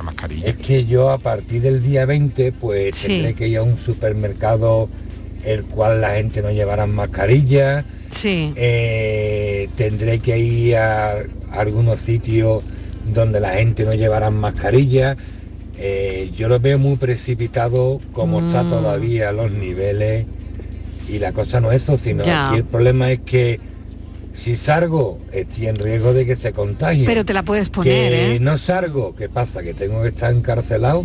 Speaker 9: es que yo a partir del día 20 pues
Speaker 28: Sí.
Speaker 9: tendré que ir a un supermercado el cual la gente no llevará mascarilla.
Speaker 17: Sí.
Speaker 9: Eh, tendré que ir a algunos sitios donde la gente no llevará mascarilla. Eh, yo lo veo muy precipitado como está
Speaker 29: Mm.
Speaker 9: todavía los niveles y la cosa no es eso, sino
Speaker 17: Ya.
Speaker 9: aquí el problema es que si salgo estoy en riesgo de que se contagie.
Speaker 17: Pero te la puedes poner,
Speaker 9: que
Speaker 17: ¿eh?
Speaker 9: no salgo, ¿qué pasa? ¿Que tengo que estar encarcelado?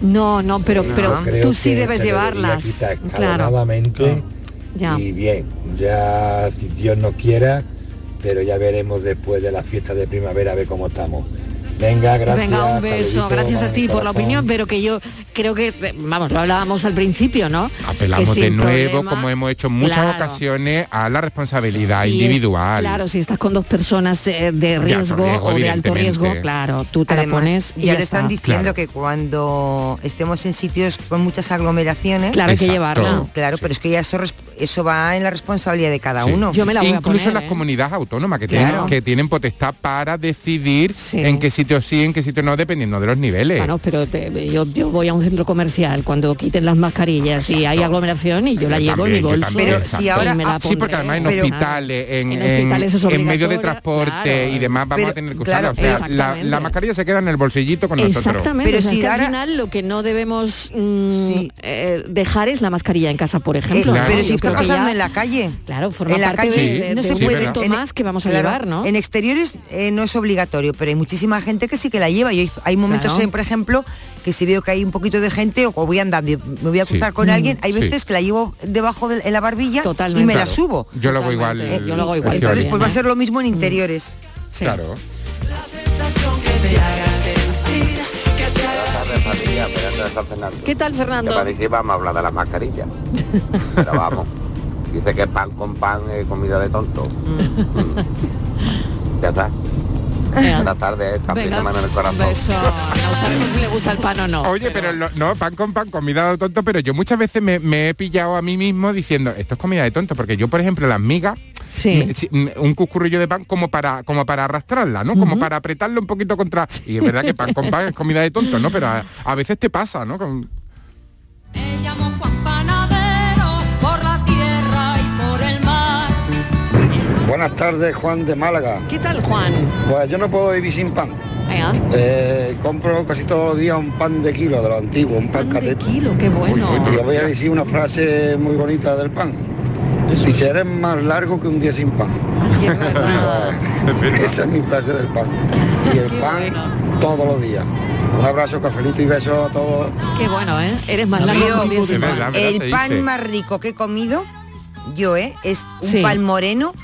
Speaker 17: No, no, Oh, pero,
Speaker 9: Yo
Speaker 17: pero
Speaker 9: creo
Speaker 17: tú sí
Speaker 9: que
Speaker 17: debes
Speaker 9: se debería
Speaker 17: llevarlas.
Speaker 9: quitar
Speaker 17: Claro,
Speaker 9: escalonadamente
Speaker 17: ya.
Speaker 9: y bien, ya si Dios no quiera, pero ya veremos después de la fiesta de primavera a ver cómo estamos. Venga, gracias.
Speaker 17: Venga, un beso.
Speaker 9: saludito,
Speaker 17: Gracias a
Speaker 9: mano
Speaker 17: ti
Speaker 9: en
Speaker 17: por la
Speaker 9: corazón.
Speaker 17: opinión, pero que yo creo que, eh, vamos, lo hablábamos al principio, ¿no?
Speaker 18: Apelamos
Speaker 17: Que
Speaker 18: de
Speaker 17: sin
Speaker 18: nuevo,
Speaker 17: problema-
Speaker 18: como hemos hecho en muchas
Speaker 17: Claro.
Speaker 18: ocasiones, a la responsabilidad
Speaker 17: Si es-
Speaker 18: individual.
Speaker 17: claro, si estás con dos personas eh, de
Speaker 18: alto riesgo,
Speaker 17: riesgo o de alto
Speaker 18: evidentemente.
Speaker 17: riesgo, claro, tú te la
Speaker 22: Además,
Speaker 17: pones y
Speaker 22: ya,
Speaker 17: ya,
Speaker 22: te
Speaker 17: está.
Speaker 22: están diciendo que cuando estemos en sitios con muchas aglomeraciones,
Speaker 17: Claro, hay que Exacto. llevarla.
Speaker 22: Claro, pero es que ya eso res- eso va en la responsabilidad de cada
Speaker 18: Sí.
Speaker 22: uno.
Speaker 18: Incluso las
Speaker 17: ¿eh?
Speaker 18: comunidades autónomas que,
Speaker 22: Claro.
Speaker 18: tienen, que tienen potestad para decidir en qué sitio sí, en qué sitio no, dependiendo de los niveles.
Speaker 17: Bueno, pero te- yo, yo voy a un centro comercial cuando quiten las mascarillas y hay aglomeración y yo la llevo en mi bolso.
Speaker 18: exacto.
Speaker 17: y me
Speaker 22: ah,
Speaker 17: la
Speaker 18: ah, sí, porque
Speaker 17: pondré,
Speaker 18: además en
Speaker 17: pero-
Speaker 18: hospitales, en,
Speaker 17: En
Speaker 18: en,
Speaker 17: hospitales es
Speaker 18: en medio de
Speaker 17: obligatorio,
Speaker 18: transporte y demás vamos
Speaker 17: Pero,
Speaker 18: a tener que usarla.
Speaker 17: claro,
Speaker 18: O sea, la- la,
Speaker 17: exactamente.
Speaker 18: mascarilla se queda en el bolsillito con nosotros.
Speaker 17: Exactamente,
Speaker 22: Pero
Speaker 17: o sea,
Speaker 22: si
Speaker 17: es que
Speaker 22: ahora-
Speaker 17: al final lo que no debemos mm, eh, dejar es la mascarilla en casa, por ejemplo.
Speaker 22: Eh,
Speaker 17: ¿no?
Speaker 22: pero
Speaker 17: Yo
Speaker 22: si está
Speaker 17: creo que
Speaker 22: pasando
Speaker 17: ya-
Speaker 22: en la calle.
Speaker 17: Claro, forma
Speaker 22: en la
Speaker 17: parte
Speaker 22: calle
Speaker 17: de- de-
Speaker 22: no
Speaker 17: de
Speaker 22: se
Speaker 17: un
Speaker 22: puede
Speaker 17: reto más que vamos a llevar, ¿no?
Speaker 22: En exteriores eh, no es obligatorio, pero hay muchísima gente que sí que la lleva. Yo hay momentos,
Speaker 17: Claro.
Speaker 22: en, por ejemplo, que si veo que hay un poquito de gente o, o voy andando y me voy a cruzar
Speaker 17: Mm,
Speaker 22: con alguien, hay
Speaker 18: sí.
Speaker 22: veces que la llevo debajo de en la barbilla y me la
Speaker 18: Claro.
Speaker 22: subo.
Speaker 18: Yo lo hago igual.
Speaker 22: Eh,
Speaker 18: el- el
Speaker 22: Entonces,
Speaker 18: teórico.
Speaker 22: pues va a ser lo mismo en interiores.
Speaker 18: Claro.
Speaker 30: Familia, Fernando de San Fernando.
Speaker 17: ¿Qué tal,
Speaker 30: Que
Speaker 17: Fernando?
Speaker 30: parece que vamos a hablar de las mascarillas. Pero vamos. Dice que pan con pan es comida de tonto. Mm. ya está. Buenas tardes, cambio de
Speaker 17: Venga,
Speaker 30: mano en el corazón.
Speaker 17: beso. No sabemos si le gusta el pan o no.
Speaker 18: Oye, pero, lo- no, pan con pan, comida de tonto, pero yo muchas veces me, me he pillado a mí mismo diciendo, esto es comida de tonto, porque yo, por ejemplo, las migas, me- si- me- un cuscurrillo de pan como para, como para arrastrarla, ¿no? Como para apretarlo un poquito contra. Y es verdad que pan con pan es comida de tonto, ¿no? Pero a, a veces te pasa, ¿no? Con-
Speaker 21: Panadero por la tierra y por el mar.
Speaker 31: Buenas tardes, Juan de Málaga.
Speaker 17: ¿Qué tal, Juan?
Speaker 31: Pues yo no puedo vivir sin pan.
Speaker 17: Venga.
Speaker 31: Eh, compro casi todos los días un pan de kilo de lo antiguo, un pan, cateto.
Speaker 17: kilo, qué bueno.
Speaker 31: Y os voy a decir una frase muy bonita del pan. Dice, eres más largo que un día sin pan.
Speaker 17: Ah,
Speaker 31: Esa es mi frase del pan. Y el pan todos los días. Un abrazo, cafelito y besos a todos.
Speaker 17: Qué bueno, ¿eh? Eres más largo que un día sin pan.
Speaker 22: el pan más rico que he comido, yo, ¿eh? Es un
Speaker 17: Sí.
Speaker 22: pan moreno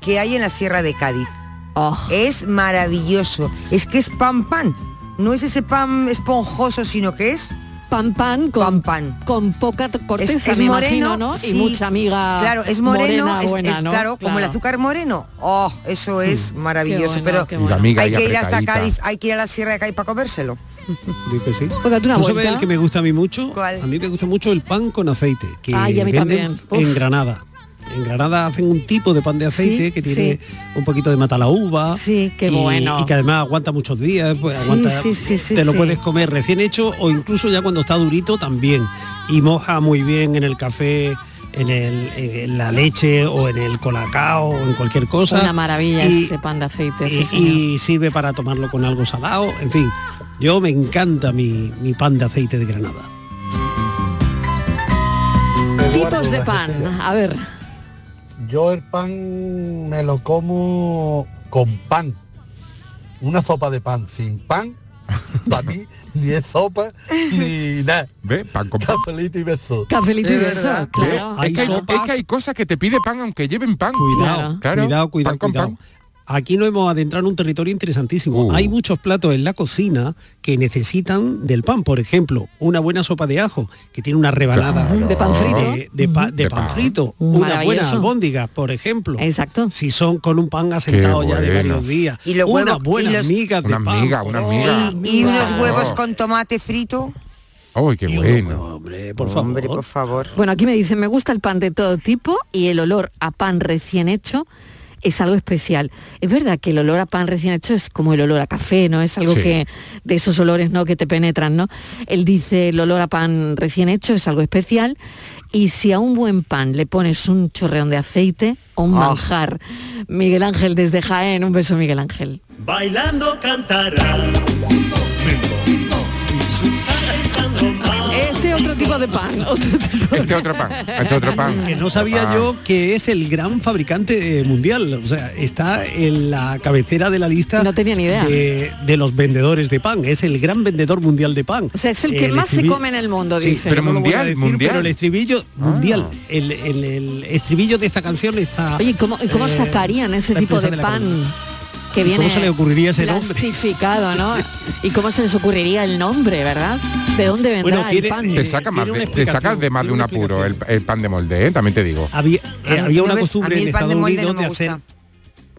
Speaker 22: que hay en la Sierra de Cádiz.
Speaker 17: Oh.
Speaker 22: Es maravilloso. Es que es pan pan. No es ese pan esponjoso, sino que es
Speaker 17: pan pan
Speaker 22: con pan,
Speaker 17: con poca t- corteza, me imagino, ¿no? Y mucha amiga
Speaker 22: Claro, es moreno,
Speaker 17: morena
Speaker 22: es,
Speaker 17: buena,
Speaker 22: es-
Speaker 17: ¿no?
Speaker 22: claro, como el
Speaker 17: Claro.
Speaker 22: azúcar moreno. Oh, eso es maravilloso,
Speaker 17: bueno,
Speaker 22: pero
Speaker 17: qué bueno. Y la amiga
Speaker 22: hay
Speaker 14: ahí
Speaker 22: que ir hasta
Speaker 14: apretadita.
Speaker 22: Cádiz, hay que ir a la Sierra de Cádiz para comérselo.
Speaker 14: Digo que sí.
Speaker 22: Pues date una
Speaker 14: ¿Tú sabes
Speaker 22: vuelta.
Speaker 14: el que me gusta a mí mucho?
Speaker 22: ¿Cuál?
Speaker 14: A mí me gusta mucho el pan con aceite, que
Speaker 22: Ay, a mí
Speaker 14: venden
Speaker 22: también.
Speaker 14: en
Speaker 22: Uf.
Speaker 14: Granada. En Granada hacen un tipo de pan de aceite
Speaker 17: Sí,
Speaker 14: que tiene
Speaker 17: sí.
Speaker 14: un poquito de mata la uva.
Speaker 17: Sí, qué
Speaker 14: y,
Speaker 17: bueno.
Speaker 14: Y que además aguanta muchos días, pues
Speaker 17: Sí,
Speaker 14: aguanta,
Speaker 17: sí, sí, sí,
Speaker 14: te lo
Speaker 17: sí.
Speaker 14: puedes comer recién hecho o incluso ya cuando está durito también. Y moja muy bien en el café, en, el, en la leche o en el colacao o en cualquier cosa.
Speaker 17: Una maravilla
Speaker 14: Y-
Speaker 17: ese pan de aceite, sí,
Speaker 14: Eh, y,
Speaker 17: señor.
Speaker 14: y sirve para tomarlo con algo salado. En fin, yo me encanta mi, mi pan de aceite de Granada.
Speaker 17: Tipos de pan, a ver.
Speaker 1: Yo el pan me lo como con pan. Una sopa de pan sin pan, para mí ni es sopa ni nada.
Speaker 18: ¿Ve? Pan con
Speaker 1: Cafelito y beso.
Speaker 17: Cafelito y
Speaker 18: Es
Speaker 17: beso,
Speaker 18: verdad. ¿eh?
Speaker 17: claro.
Speaker 18: Es que, hay,
Speaker 14: sopas.
Speaker 18: es que hay cosas que te pide pan aunque lleven pan.
Speaker 14: Cuidado,
Speaker 18: Claro.
Speaker 14: cuidado, cuidado, cuidado. Aquí nos hemos adentrado en un territorio interesantísimo.
Speaker 18: Uh.
Speaker 14: Hay muchos platos en la cocina que necesitan del pan. Por ejemplo, una buena sopa de ajo, que tiene una rebanada
Speaker 17: Claro. De pan frito.
Speaker 14: De, de pa- Ah, de pan frito.
Speaker 17: Mm.
Speaker 14: Unas
Speaker 17: Maravilloso.
Speaker 14: buenas albóndigas, por ejemplo.
Speaker 17: Exacto.
Speaker 14: Si son con un pan asentado ya de
Speaker 18: bueno.
Speaker 14: varios días.
Speaker 22: Y lo bueno-
Speaker 14: unas buenas
Speaker 22: y los-
Speaker 14: migas de
Speaker 18: Una
Speaker 14: pan.
Speaker 18: miga, una
Speaker 14: Oh,
Speaker 18: miga.
Speaker 22: Y unos
Speaker 18: Claro.
Speaker 22: huevos con tomate frito.
Speaker 18: ¡Ay, qué bueno!
Speaker 14: Hombre, por
Speaker 18: favor.
Speaker 22: por favor.
Speaker 17: Bueno, aquí me dicen, me gusta el pan de todo tipo y el olor a pan recién hecho es algo especial. Es verdad que el olor a pan recién hecho es como el olor a café, ¿no? Es algo
Speaker 5: Sí.
Speaker 17: que de esos olores, ¿no? Que te penetran, ¿no? Él dice, el olor a pan recién hecho es algo especial y si a un buen pan le pones un chorreón de aceite o un
Speaker 5: Ah.
Speaker 17: manjar. Miguel Ángel desde Jaén, un beso Miguel Ángel.
Speaker 5: Bailando cantará.
Speaker 17: Este otro tipo de pan, otro tipo
Speaker 18: Este otro pan, este otro pan. Ah.
Speaker 14: Que no sabía
Speaker 18: Pan.
Speaker 14: yo que es el gran fabricante eh, mundial. O sea, está en la cabecera de la lista. No
Speaker 17: tenía ni idea.
Speaker 14: De, de los vendedores de pan. Es el gran vendedor mundial de pan.
Speaker 17: O sea, es el que más se
Speaker 14: estribi-
Speaker 17: come en el mundo,
Speaker 14: Sí,
Speaker 17: dice.
Speaker 14: no lo voy a decir, Pero el estribillo mundial. El, el- el estribillo de esta canción está.
Speaker 17: Oye, ¿y cómo, y cómo
Speaker 14: eh,
Speaker 17: sacarían ese
Speaker 14: la
Speaker 17: tipo
Speaker 14: empresa
Speaker 17: de
Speaker 14: la cabeza.
Speaker 17: pan que
Speaker 14: ¿Y
Speaker 17: viene
Speaker 14: cómo se le ocurriría ese nombre?
Speaker 17: plastificado, ¿no? ¿Y cómo se les ocurriría el nombre, verdad? ¿De dónde vendrá el pan?
Speaker 18: te saca más de, te saca de más de un apuro el, el pan de molde, ¿eh? también te digo.
Speaker 14: Había, eh,
Speaker 18: A mí-
Speaker 14: había
Speaker 18: no
Speaker 14: una
Speaker 18: me- a
Speaker 14: costumbre
Speaker 18: mí
Speaker 14: en
Speaker 18: el pan de
Speaker 14: Estados
Speaker 18: molde
Speaker 14: Unidos
Speaker 18: no
Speaker 14: de
Speaker 18: me
Speaker 14: hacer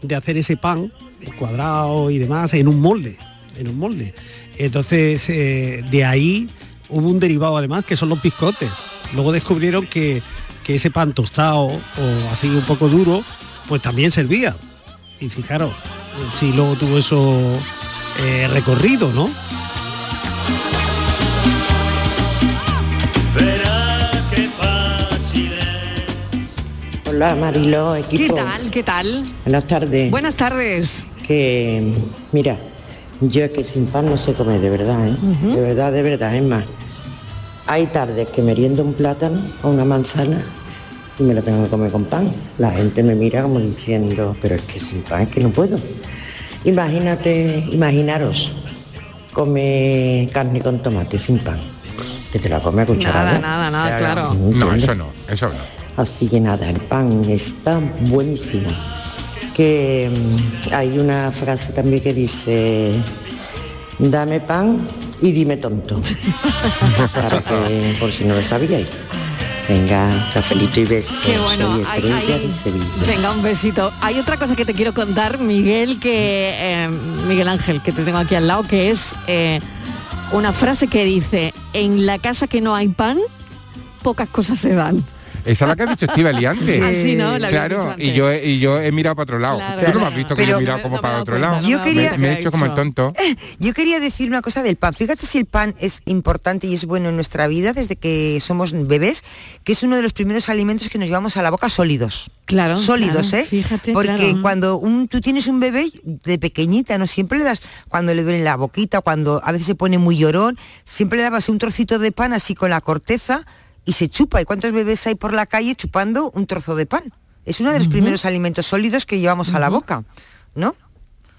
Speaker 14: de hacer ese pan cuadrado y demás en un molde, en un molde. Entonces eh, de ahí hubo un derivado además que son los piscotes. Luego descubrieron que, que ese pan tostado o así un poco duro, pues también servía. Y fijaros, eh, si luego tuvo eso eh, recorrido, ¿no?
Speaker 5: Verás qué fácil
Speaker 19: Hola Marilo, equipo.
Speaker 17: ¿Qué tal? ¿Qué tal?
Speaker 19: Buenas tardes.
Speaker 17: Buenas tardes.
Speaker 19: Que mira, yo es que sin pan no se come de verdad, ¿eh?
Speaker 17: Ujú.
Speaker 19: De verdad, de verdad, es más. Hay tardes que meriendo un plátano o una manzana y me lo tengo que comer con pan. La gente me mira como diciendo, pero es que sin pan es que no puedo. Imagínate, imaginaros, come carne con tomate sin pan. Que te la come a cucharada.
Speaker 17: Nada, nada, nada, claro.
Speaker 18: No, eso no, eso no.
Speaker 19: Así que nada, el pan está buenísimo. Que mm, hay una frase también que dice, dame pan y dime tonto. Para que, por si no lo sabíais. Venga, cafelito y beso.
Speaker 17: Qué bueno,
Speaker 19: Soy
Speaker 17: hay-
Speaker 19: Estrella
Speaker 17: hay-
Speaker 19: de Sevilla.
Speaker 17: Venga, un besito. Hay otra cosa que te quiero contar, Miguel, que eh, Miguel Ángel, que te tengo aquí al lado, que es eh, una frase que dice, en la casa que no hay pan, pocas cosas se dan.
Speaker 18: Esa es la que ha dicho Estivali antes.
Speaker 17: Ah, sí, ¿no? La había
Speaker 18: claro,
Speaker 17: dicho
Speaker 18: y yo he, y yo he mirado para otro lado.
Speaker 22: Claro,
Speaker 18: Tú no me has
Speaker 22: claro.
Speaker 18: visto que yo
Speaker 22: Pero-
Speaker 18: he mirado como para otro lado.
Speaker 22: Yo
Speaker 18: Me-
Speaker 22: quería-
Speaker 18: me, he hecho como el tonto.
Speaker 22: Yo quería decir una cosa del pan. Fíjate si el pan es importante y es bueno en nuestra vida desde que somos bebés, que es uno de los primeros alimentos que nos llevamos a la boca sólidos.
Speaker 17: Claro.
Speaker 22: Sólidos,
Speaker 17: claro,
Speaker 22: ¿eh?
Speaker 17: fíjate,
Speaker 22: Porque
Speaker 17: claro.
Speaker 22: cuando un- tú tienes un bebé de pequeñita, no siempre le das cuando le duele la boquita, cuando a veces se pone muy llorón, siempre le dabas un trocito de pan así con la corteza y se chupa. ¿Y cuántos bebés hay por la calle chupando un trozo de pan? Es uno de los primeros alimentos sólidos que llevamos a la boca, ¿no?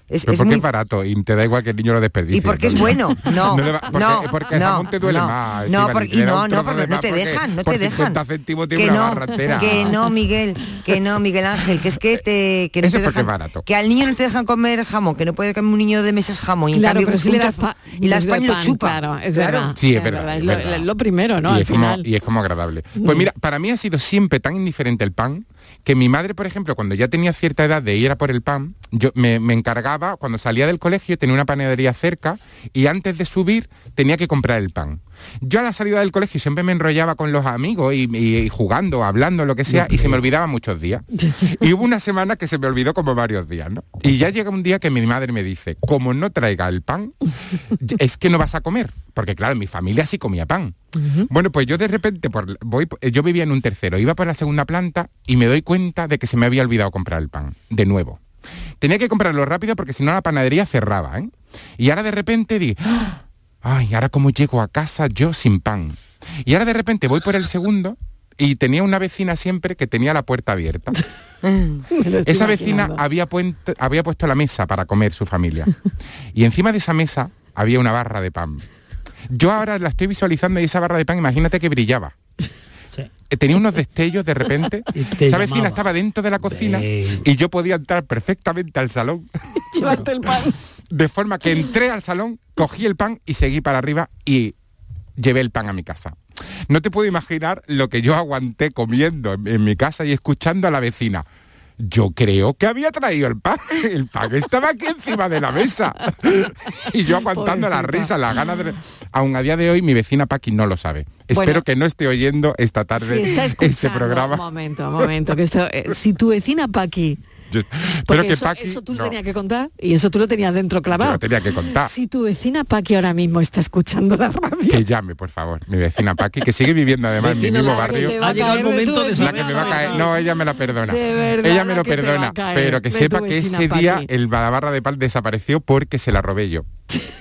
Speaker 22: Es,
Speaker 18: Pero
Speaker 22: es
Speaker 18: porque
Speaker 22: muy...
Speaker 18: es barato y te da igual que el niño lo desperdicie.
Speaker 22: Y porque es bueno. No,
Speaker 18: le va- porque, eh,
Speaker 22: no,
Speaker 18: porque el
Speaker 22: no,
Speaker 18: jamón te duele
Speaker 22: no,
Speaker 18: más.
Speaker 22: no,
Speaker 18: Estíbaliz,
Speaker 22: porque-
Speaker 18: te da
Speaker 22: no,
Speaker 18: un
Speaker 22: no,
Speaker 18: trozo
Speaker 22: porque
Speaker 18: de
Speaker 22: no te
Speaker 18: pan porque
Speaker 22: dejan, no
Speaker 18: por
Speaker 22: te dejan.
Speaker 18: 50 céntimos tiene
Speaker 22: Que
Speaker 18: una
Speaker 22: no,
Speaker 18: barra entera. Ah.
Speaker 22: que no, Miguel, que no, Miguel Ángel, que es que te que no
Speaker 18: Eso
Speaker 22: te
Speaker 18: porque
Speaker 22: dejan,
Speaker 18: es barato.
Speaker 22: que al niño no te dejan comer jamón, que no puede comer un niño de meses jamón y en
Speaker 17: Claro,
Speaker 22: cambio
Speaker 17: pero
Speaker 22: con
Speaker 17: si le
Speaker 22: un
Speaker 17: das
Speaker 22: trozo-
Speaker 17: pa-
Speaker 22: y la
Speaker 17: pues de
Speaker 22: España lo
Speaker 17: pan,
Speaker 22: chupa.
Speaker 17: claro, es verdad.
Speaker 18: Sí, es
Speaker 17: es
Speaker 18: verdad.
Speaker 17: verdad,
Speaker 18: es
Speaker 17: lo-
Speaker 18: verdad.
Speaker 17: lo primero, ¿no?
Speaker 18: Y
Speaker 17: Al
Speaker 18: es, como,
Speaker 17: final.
Speaker 18: y es como agradable. Pues
Speaker 17: Mm.
Speaker 18: mira, para mí ha sido siempre tan indiferente el pan que mi madre, por ejemplo, cuando ya tenía cierta edad de ir a por el pan, yo me, me encargaba, cuando salía del colegio tenía una panadería cerca y antes de subir tenía que comprar el pan. Yo a la salida del colegio siempre me enrollaba con los amigos y, y jugando, hablando, lo que sea, y se me olvidaba muchos días. Y hubo una semana que se me olvidó como varios días, ¿no? Y ya llega un día que mi madre me dice, como no traiga el pan, es que no vas a comer. Porque claro, mi familia sí comía pan. Bueno, pues yo de repente por- voy, yo vivía en un tercero, iba por la segunda planta y me doy cuenta de que se me había olvidado comprar el pan, de nuevo. Tenía que comprarlo rápido porque si no la panadería cerraba, ¿eh? Y ahora de repente di, "Ah, ay, ahora cómo llego a casa yo sin pan. Y ahora de repente voy por el segundo y tenía una vecina siempre que tenía la puerta abierta. Esa vecina había, puente- había puesto la mesa para comer su familia. Y encima de esa mesa había una barra de pan. Yo ahora la estoy visualizando y esa barra de pan, imagínate que brillaba. Eh, Tenía unos destellos de repente.
Speaker 14: te
Speaker 18: Esa vecina
Speaker 14: llamaba.
Speaker 18: estaba dentro de la cocina y yo podía entrar perfectamente al salón.
Speaker 17: Llevarte el pan.
Speaker 18: De forma que entré al salón, cogí el pan y seguí para arriba y llevé el pan a mi casa. No te puedo imaginar lo que yo aguanté comiendo en, en mi casa y escuchando a la vecina. Yo creo que había traído el pan. El pan estaba aquí encima de la mesa. Y yo aguantando la risa, la gana de... Aún a día de hoy mi vecina Paqui no lo sabe. Espero que no esté oyendo esta
Speaker 17: Si
Speaker 18: tarde
Speaker 17: está
Speaker 18: este
Speaker 17: escuchando,
Speaker 18: programa.
Speaker 17: un momento, un momento, que esto, eh, si tu vecina Paqui,
Speaker 18: Yo-
Speaker 17: porque
Speaker 18: Pero que
Speaker 17: eso,
Speaker 18: Paqui...
Speaker 17: eso tú lo
Speaker 18: no,
Speaker 17: tenías que contar y eso tú lo tenías dentro
Speaker 18: yo
Speaker 17: clavado.
Speaker 18: lo tenía que contar.
Speaker 17: Si tu vecina Paqui ahora mismo está escuchando la radio,
Speaker 18: Que llame, por favor, mi vecina Paqui, que sigue viviendo además en mi mismo barrio.
Speaker 17: te va a Ha llegado el caer de momento tu de saber
Speaker 18: La que me va a caer. No, ella me la perdona.
Speaker 17: De verdad,
Speaker 18: ella me
Speaker 17: la
Speaker 18: lo
Speaker 17: que te va a
Speaker 18: perdona.
Speaker 17: caer
Speaker 18: Pero que
Speaker 17: de
Speaker 18: sepa
Speaker 17: tu
Speaker 18: que
Speaker 17: vecina
Speaker 18: ese día
Speaker 17: Paqui.
Speaker 18: el la barra de pal desapareció porque se la robé yo.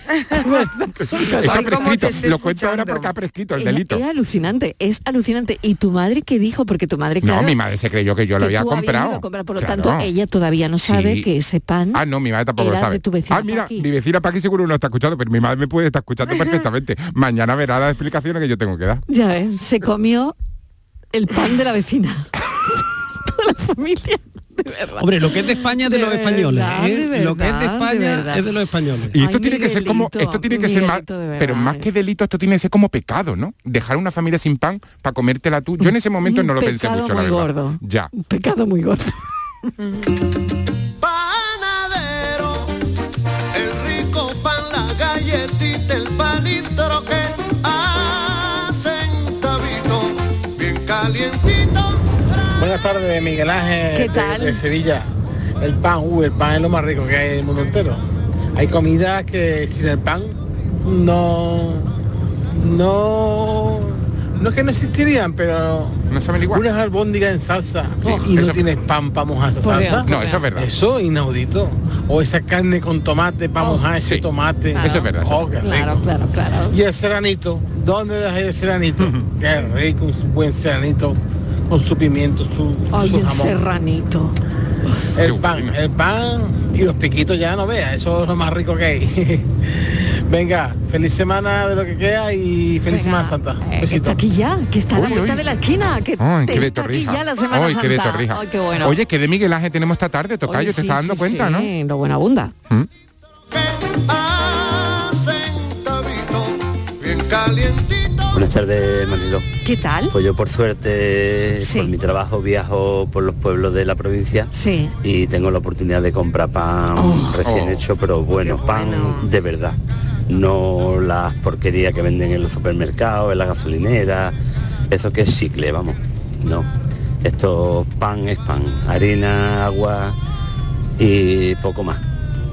Speaker 17: Ay,
Speaker 18: Está
Speaker 17: cómo te
Speaker 18: prescrito.
Speaker 17: estoy
Speaker 18: Lo cuento ahora
Speaker 17: escuchando.
Speaker 18: porque ha prescrito el
Speaker 17: era,
Speaker 18: delito.
Speaker 17: era alucinante, es alucinante. ¿Y tu madre qué dijo? Porque tu madre, claro,
Speaker 18: No, mi madre se creyó que yo lo
Speaker 17: eh, que
Speaker 18: había
Speaker 17: tú habías ido
Speaker 18: comprado.
Speaker 17: a comprar, por lo
Speaker 18: Claro.
Speaker 17: tanto, ella todavía no sabe
Speaker 18: Sí.
Speaker 17: que ese pan
Speaker 18: Ah, no, mi madre tampoco
Speaker 17: era
Speaker 18: lo sabe.
Speaker 17: de tu vecina
Speaker 18: ah, mira,
Speaker 17: Paqui.
Speaker 18: mi vecina Paqui seguro no está escuchando, pero mi madre me puede estar escuchando perfectamente. Mañana verá las explicaciones que yo tengo que dar.
Speaker 17: Ya ves, se comió el pan de la vecina. Toda la familia.
Speaker 14: Hombre, lo que es de España es de,
Speaker 17: De
Speaker 14: los españoles.
Speaker 17: verdad,
Speaker 14: ¿eh?
Speaker 17: de
Speaker 14: lo que es de
Speaker 17: verdad, de
Speaker 14: España
Speaker 18: verdad.
Speaker 14: es de los españoles.
Speaker 18: Y esto tiene que ser como, esto tiene que ser más, pero más que delito, esto tiene que ser como pecado, ¿no? Dejar una familia sin pan para comértela tú. Yo en ese momento
Speaker 17: Un
Speaker 18: no lo pensé
Speaker 17: pecado
Speaker 18: mucho, la
Speaker 17: muy
Speaker 18: verdad.
Speaker 17: gordo.
Speaker 18: Ya.
Speaker 17: Un pecado muy gordo.
Speaker 16: Panadero, el rico pan, la galletita, el palistro que hacen tabito, bien calientito.
Speaker 31: Buenas tardes, Miguel Ángel.
Speaker 16: ¿Qué
Speaker 31: de-
Speaker 16: tal?
Speaker 31: De, Sevilla. El pan, uh, el pan es lo más rico que hay en el mundo entero. Hay comidas que sin el pan no... No... No es que no existirían, pero...
Speaker 18: No saben igual.
Speaker 31: Unas albóndigas en salsa
Speaker 18: Sí,
Speaker 31: y no
Speaker 18: eso-
Speaker 31: tienes pan para mojar esa
Speaker 18: Por Dios,
Speaker 31: salsa.
Speaker 18: por No, Dios. eso es verdad.
Speaker 31: Eso inaudito. O esa carne con tomate para mojar ese tomate.
Speaker 18: Eso es verdad, eso
Speaker 31: Oh,
Speaker 18: es verdad.
Speaker 31: qué rico.
Speaker 17: Claro, claro, claro.
Speaker 31: Y el seranito, ¿dónde dejáis el seranito? Qué rico, un buen seranito con su pimiento, su,
Speaker 17: Ay,
Speaker 31: su
Speaker 17: el
Speaker 31: jamón.
Speaker 17: serranito.
Speaker 31: El pan, el pan y los piquitos ya no veas, eso es lo más rico que hay. Venga, feliz semana de lo que queda y feliz Semana Santa.
Speaker 17: Que eh, está aquí ya, que está a la
Speaker 31: Uy,
Speaker 17: vuelta
Speaker 31: uy.
Speaker 17: de la esquina, que
Speaker 18: Ay, qué de
Speaker 17: está aquí
Speaker 18: torrija.
Speaker 17: ya la Semana
Speaker 18: Ay, qué
Speaker 17: Santa.
Speaker 18: de torrija.
Speaker 17: Ay, qué bueno.
Speaker 18: Oye, que de Miguel Ángel tenemos esta tarde, Tocayo,
Speaker 17: Oye,
Speaker 18: te
Speaker 17: sí,
Speaker 18: estás dando
Speaker 17: sí,
Speaker 18: cuenta, ¿no?
Speaker 17: sí, Lo buena abunda.
Speaker 16: Hacen tabito, bien calientito.
Speaker 32: Buenas tardes, Marilo.
Speaker 17: ¿Qué tal?
Speaker 32: Pues yo por suerte, por mi trabajo, viajo por los pueblos de la provincia
Speaker 17: Sí. Oh.
Speaker 32: y tengo la oportunidad de comprar pan recién hecho, pero bueno, pan de verdad. No las porquerías que venden en los supermercados, en las gasolineras, eso que es chicle, vamos. No. Esto pan es pan, harina, agua y poco más.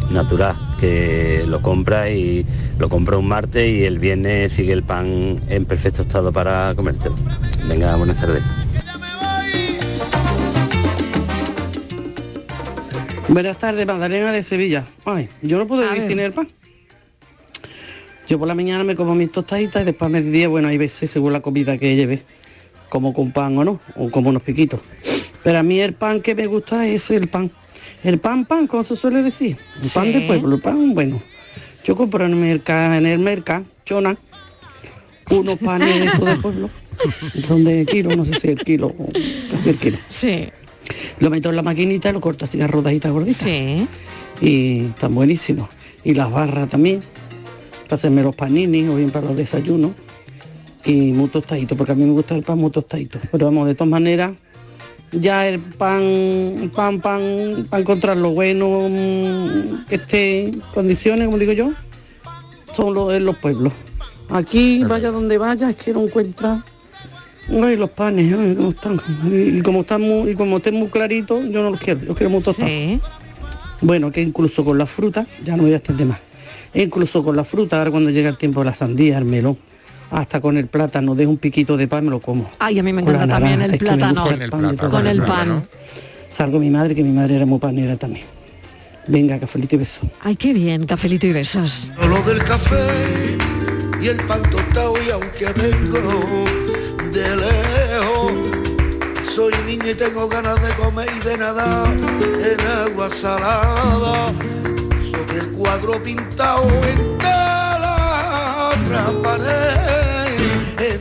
Speaker 32: Natural, que lo compra y lo compra un martes y el viernes sigue el pan en perfecto estado para comértelo. Venga, buenas tardes.
Speaker 26: Buenas tardes, Magdalena de Sevilla. Ay, yo no puedo vivir sin el pan. Yo por la mañana me como mis tostaditas y después a mediodía, bueno, hay veces según la comida que lleve, como con pan o no, o como unos piquitos. Pero a mí el pan que me gusta es el pan. El pan, pan, como se suele decir. El pan de
Speaker 33: Sí.
Speaker 26: pueblo, el pan bueno. Yo compro en el mercado, en el mercado, chona, unos panes de esos de pueblo. Son de kilo, no sé si el kilo, o casi el kilo.
Speaker 17: Sí.
Speaker 26: Lo meto en la maquinita y lo corto así a rodaditas gorditas. Sí. Y están buenísimos. Y las barras también, para hacerme los paninis o bien para los desayunos. Y muy tostadito, porque a mí me gusta el pan muy tostadito. Pero vamos, de todas maneras, ya el pan, pan, pan, para encontrar lo bueno, mm, que esté en condiciones, como digo yo, son los, en los pueblos. Aquí, vaya donde vaya, es que no encuentra. Ay, los panes, ay, cómo están. Y, y como están muy, y como estén muy claritos, yo no los quiero, los quiero muy tostados. Bueno, que incluso con la fruta, ya no voy a extender más. Incluso con la fruta, ahora cuando llega el tiempo de la sandía, el melón, hasta con el plátano, dejo un piquito de pan, me lo como.
Speaker 17: Ay, a mí me
Speaker 26: Con la
Speaker 17: encanta también
Speaker 26: naranja,
Speaker 17: el
Speaker 26: es que me gusta
Speaker 17: plátano.
Speaker 26: pan de todas
Speaker 17: Con el
Speaker 26: maneras.
Speaker 17: pan.
Speaker 26: Salgo mi madre, que mi madre era muy panera también. Venga, cafelito y beso.
Speaker 17: Ay, qué bien, cafelito y besos.
Speaker 34: Lo del café y el pan tostado y aunque vengo de lejos, soy niño y tengo ganas de comer y de nadar en agua salada, sobre el cuadro pintado en la otra pared.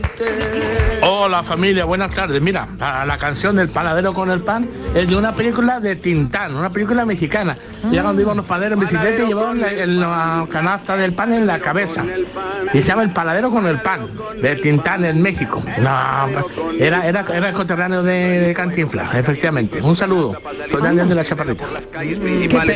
Speaker 24: Hola familia, buenas tardes. Mira, la, la canción del panadero con el pan es de una película de Tintán, una película mexicana. Ya cuando iban los panaderos en bicicleta y llevaban la, el- la canasta del pan en la cabeza. Y se llama El panadero con el pan, de Tintán en México. No, hombre, era, era, era el coterráneo de, de Cantinflas, efectivamente. Un saludo. Soy Daniel de la Chaparrita.
Speaker 17: pero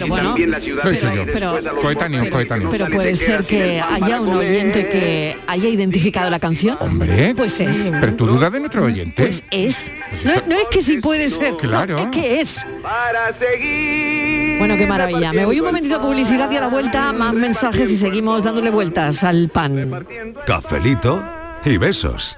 Speaker 17: bueno,
Speaker 18: Lo he hecho yo.
Speaker 17: pero-
Speaker 18: Coetáneo, coetáneo.
Speaker 17: Pero puede ser que haya un oyente que haya identificado la canción.
Speaker 18: Hombre,
Speaker 17: Pues es.
Speaker 18: ¿Eh? Pero tú dudas de nuestro oyente.
Speaker 17: Pues es. No, no es que sí puede ser.
Speaker 18: Claro.
Speaker 17: Es que es.
Speaker 3: Para seguir.
Speaker 17: Bueno, qué maravilla. Me voy un momentito a publicidad y a la vuelta más mensajes y seguimos dándole vueltas al pan.
Speaker 1: Cafelito y besos.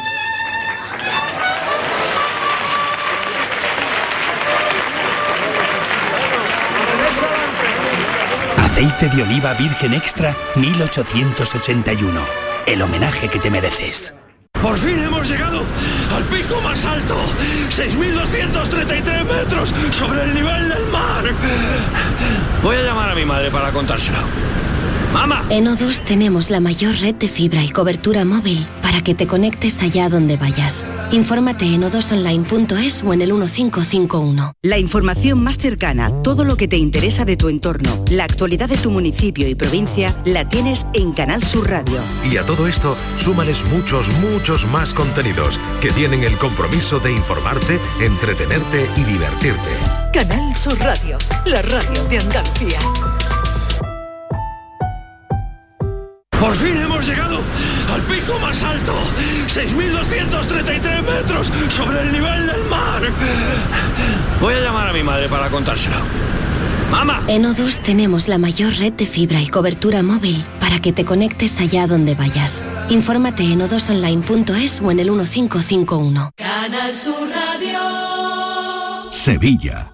Speaker 14: Aceite de oliva virgen extra 1881. El homenaje que te mereces.
Speaker 5: Por fin hemos llegado al pico más alto, 6.233 metros sobre el nivel del mar. Voy a llamar a mi madre para contárselo. Mamá.
Speaker 6: En O2 tenemos la mayor red de fibra y cobertura móvil para que te conectes allá donde vayas. Infórmate en o2online.es o en el 1551.
Speaker 28: La información más cercana, todo lo que te interesa de tu entorno, la actualidad de tu municipio y provincia, la tienes en Canal Sur Radio.
Speaker 1: Y a todo esto, súmales muchos, muchos más contenidos que tienen el compromiso de informarte, entretenerte y divertirte.
Speaker 29: Canal Sur Radio, la radio de Andalucía.
Speaker 5: Por fin hemos llegado al pico más alto, 6.233 metros sobre el nivel del mar. Voy a llamar a mi madre para contárselo. Mamá.
Speaker 6: En O2 tenemos la mayor red de fibra y cobertura móvil para que te conectes allá donde vayas. Infórmate en o2online.es o en el 1551.
Speaker 21: Canal Sur Radio.
Speaker 1: Sevilla.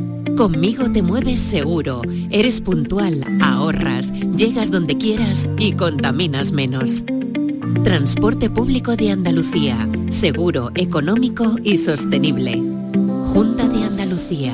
Speaker 10: Conmigo te mueves seguro, eres puntual, ahorras, llegas donde quieras y contaminas menos. Transporte público de Andalucía, seguro, económico y sostenible. Junta de Andalucía.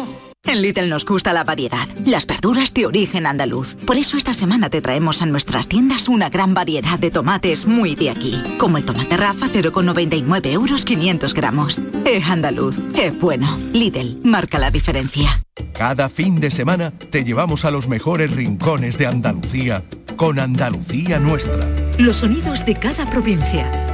Speaker 28: En Lidl nos gusta la variedad, las verduras de origen andaluz. Por eso esta semana te traemos a nuestras tiendas una gran variedad de tomates muy de aquí, como el tomate Rafa 0,99 euros 500 gramos. Es andaluz, es bueno. Lidl, marca la diferencia.
Speaker 1: Cada fin de semana te llevamos a los mejores rincones de Andalucía con Andalucía Nuestra.
Speaker 2: Los sonidos de cada provincia,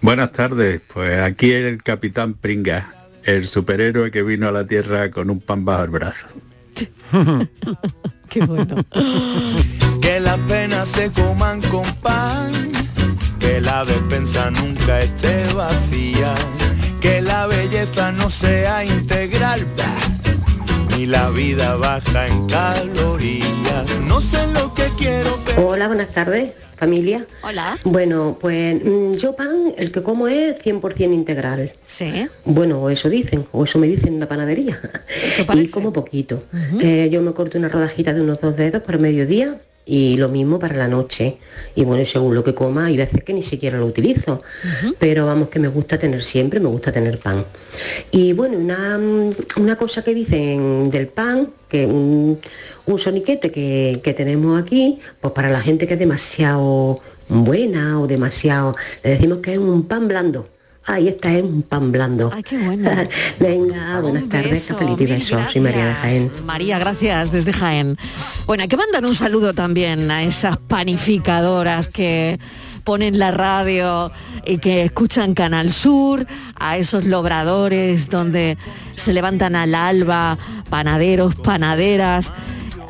Speaker 35: Buenas tardes, pues aquí el capitán Pringa, el superhéroe que vino a la Tierra con un pan bajo el brazo.
Speaker 25: Qué bueno. que las penas se coman con pan, que la despensa nunca esté vacía, que la belleza no sea integral, bah, ni la vida baja en calorías. No sé lo que quiero,
Speaker 27: Hola, buenas tardes, familia. Hola. Bueno, pues mm, yo pan, el que como es 100% integral. Sí. Bueno, o eso dicen, o eso me dicen en la panadería. Y como poquito. Eh, yo me corto una rodajita de unos dos dedos para el mediodía y lo mismo para la noche. Y bueno, según lo que coma, hay veces que ni siquiera lo utilizo. Pero vamos, que me gusta tener siempre, me gusta tener pan. Y bueno, una, mm, una cosa que dicen del pan, que mm, un, un soniquete que, que tenemos aquí, pues para la gente que es demasiado buena o demasiado, le decimos que es un pan blando. Ay, esta es un pan blando. Ay, qué bueno. Venga, buenas tardes,
Speaker 17: beso,
Speaker 27: cafelito y
Speaker 17: mil
Speaker 27: besos. Soy María de
Speaker 17: gracias.
Speaker 27: Jaén.
Speaker 17: María, gracias desde Jaén. Bueno, hay que mandan un saludo también a esas panificadoras que ponen la radio y que escuchan Canal Sur, a esos lobradores donde se levantan al alba, panaderos, panaderas,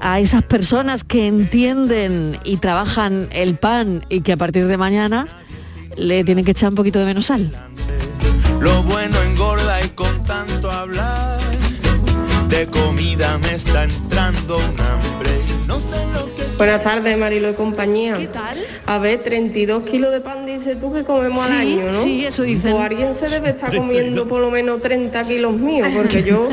Speaker 17: a esas personas que entienden y trabajan el pan y que a partir de mañana le tienen que echar un poquito de menos sal.
Speaker 25: Lo bueno engorda y con tanto hablar de comida me está entrando un hambre. No sé lo que
Speaker 36: Buenas tardes, Marilo y compañía. ¿Qué tal? A ver, 32 kilos de pan dice tú que comemos al
Speaker 17: Sí,
Speaker 36: año, ¿no?
Speaker 17: sí, eso dicen.
Speaker 36: O alguien se debe estar comiendo por lo menos 30 kilos míos, porque yo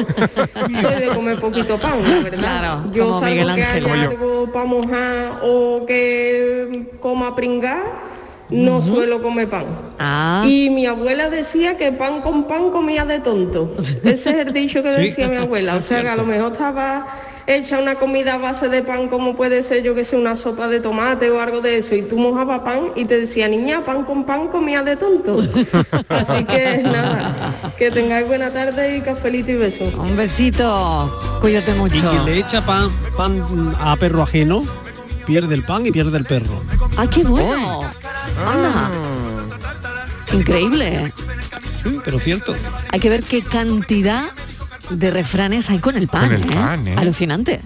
Speaker 36: soy de comer poquito pan, la verdad.
Speaker 17: Claro,
Speaker 36: yo
Speaker 17: como
Speaker 36: salvo
Speaker 17: Miguel
Speaker 36: que
Speaker 17: Ángel.
Speaker 36: haya
Speaker 17: Como yo.
Speaker 36: algo para mojar o que coma pringar, no
Speaker 17: Ujú.
Speaker 36: suelo comer pan.
Speaker 17: Ah.
Speaker 36: Y mi abuela decía que pan con pan comía de tonto. Ese es el dicho que
Speaker 17: Sí.
Speaker 36: decía mi abuela. O
Speaker 17: Es
Speaker 36: sea que a
Speaker 17: cierto.
Speaker 36: lo mejor estaba hecha una comida a base de pan como puede ser, yo que sé, una sopa de tomate o algo de eso. Y tú mojabas pan y te decía, niña, pan con pan comía de tonto. Así que nada, que tengáis buena tarde y cafelito y beso.
Speaker 17: Un besito, cuídate
Speaker 14: Y
Speaker 17: mucho.
Speaker 14: quien le echa pan, pan a perro ajeno, pierde el pan y pierde el perro.
Speaker 17: ¡Ah, qué bueno! Anda. Increíble.
Speaker 14: Sí, Mm, pero cierto.
Speaker 17: Hay que ver qué cantidad de refranes hay con el pan.
Speaker 14: Con el
Speaker 17: ¿eh?
Speaker 14: pan, ¿eh?
Speaker 17: Alucinante.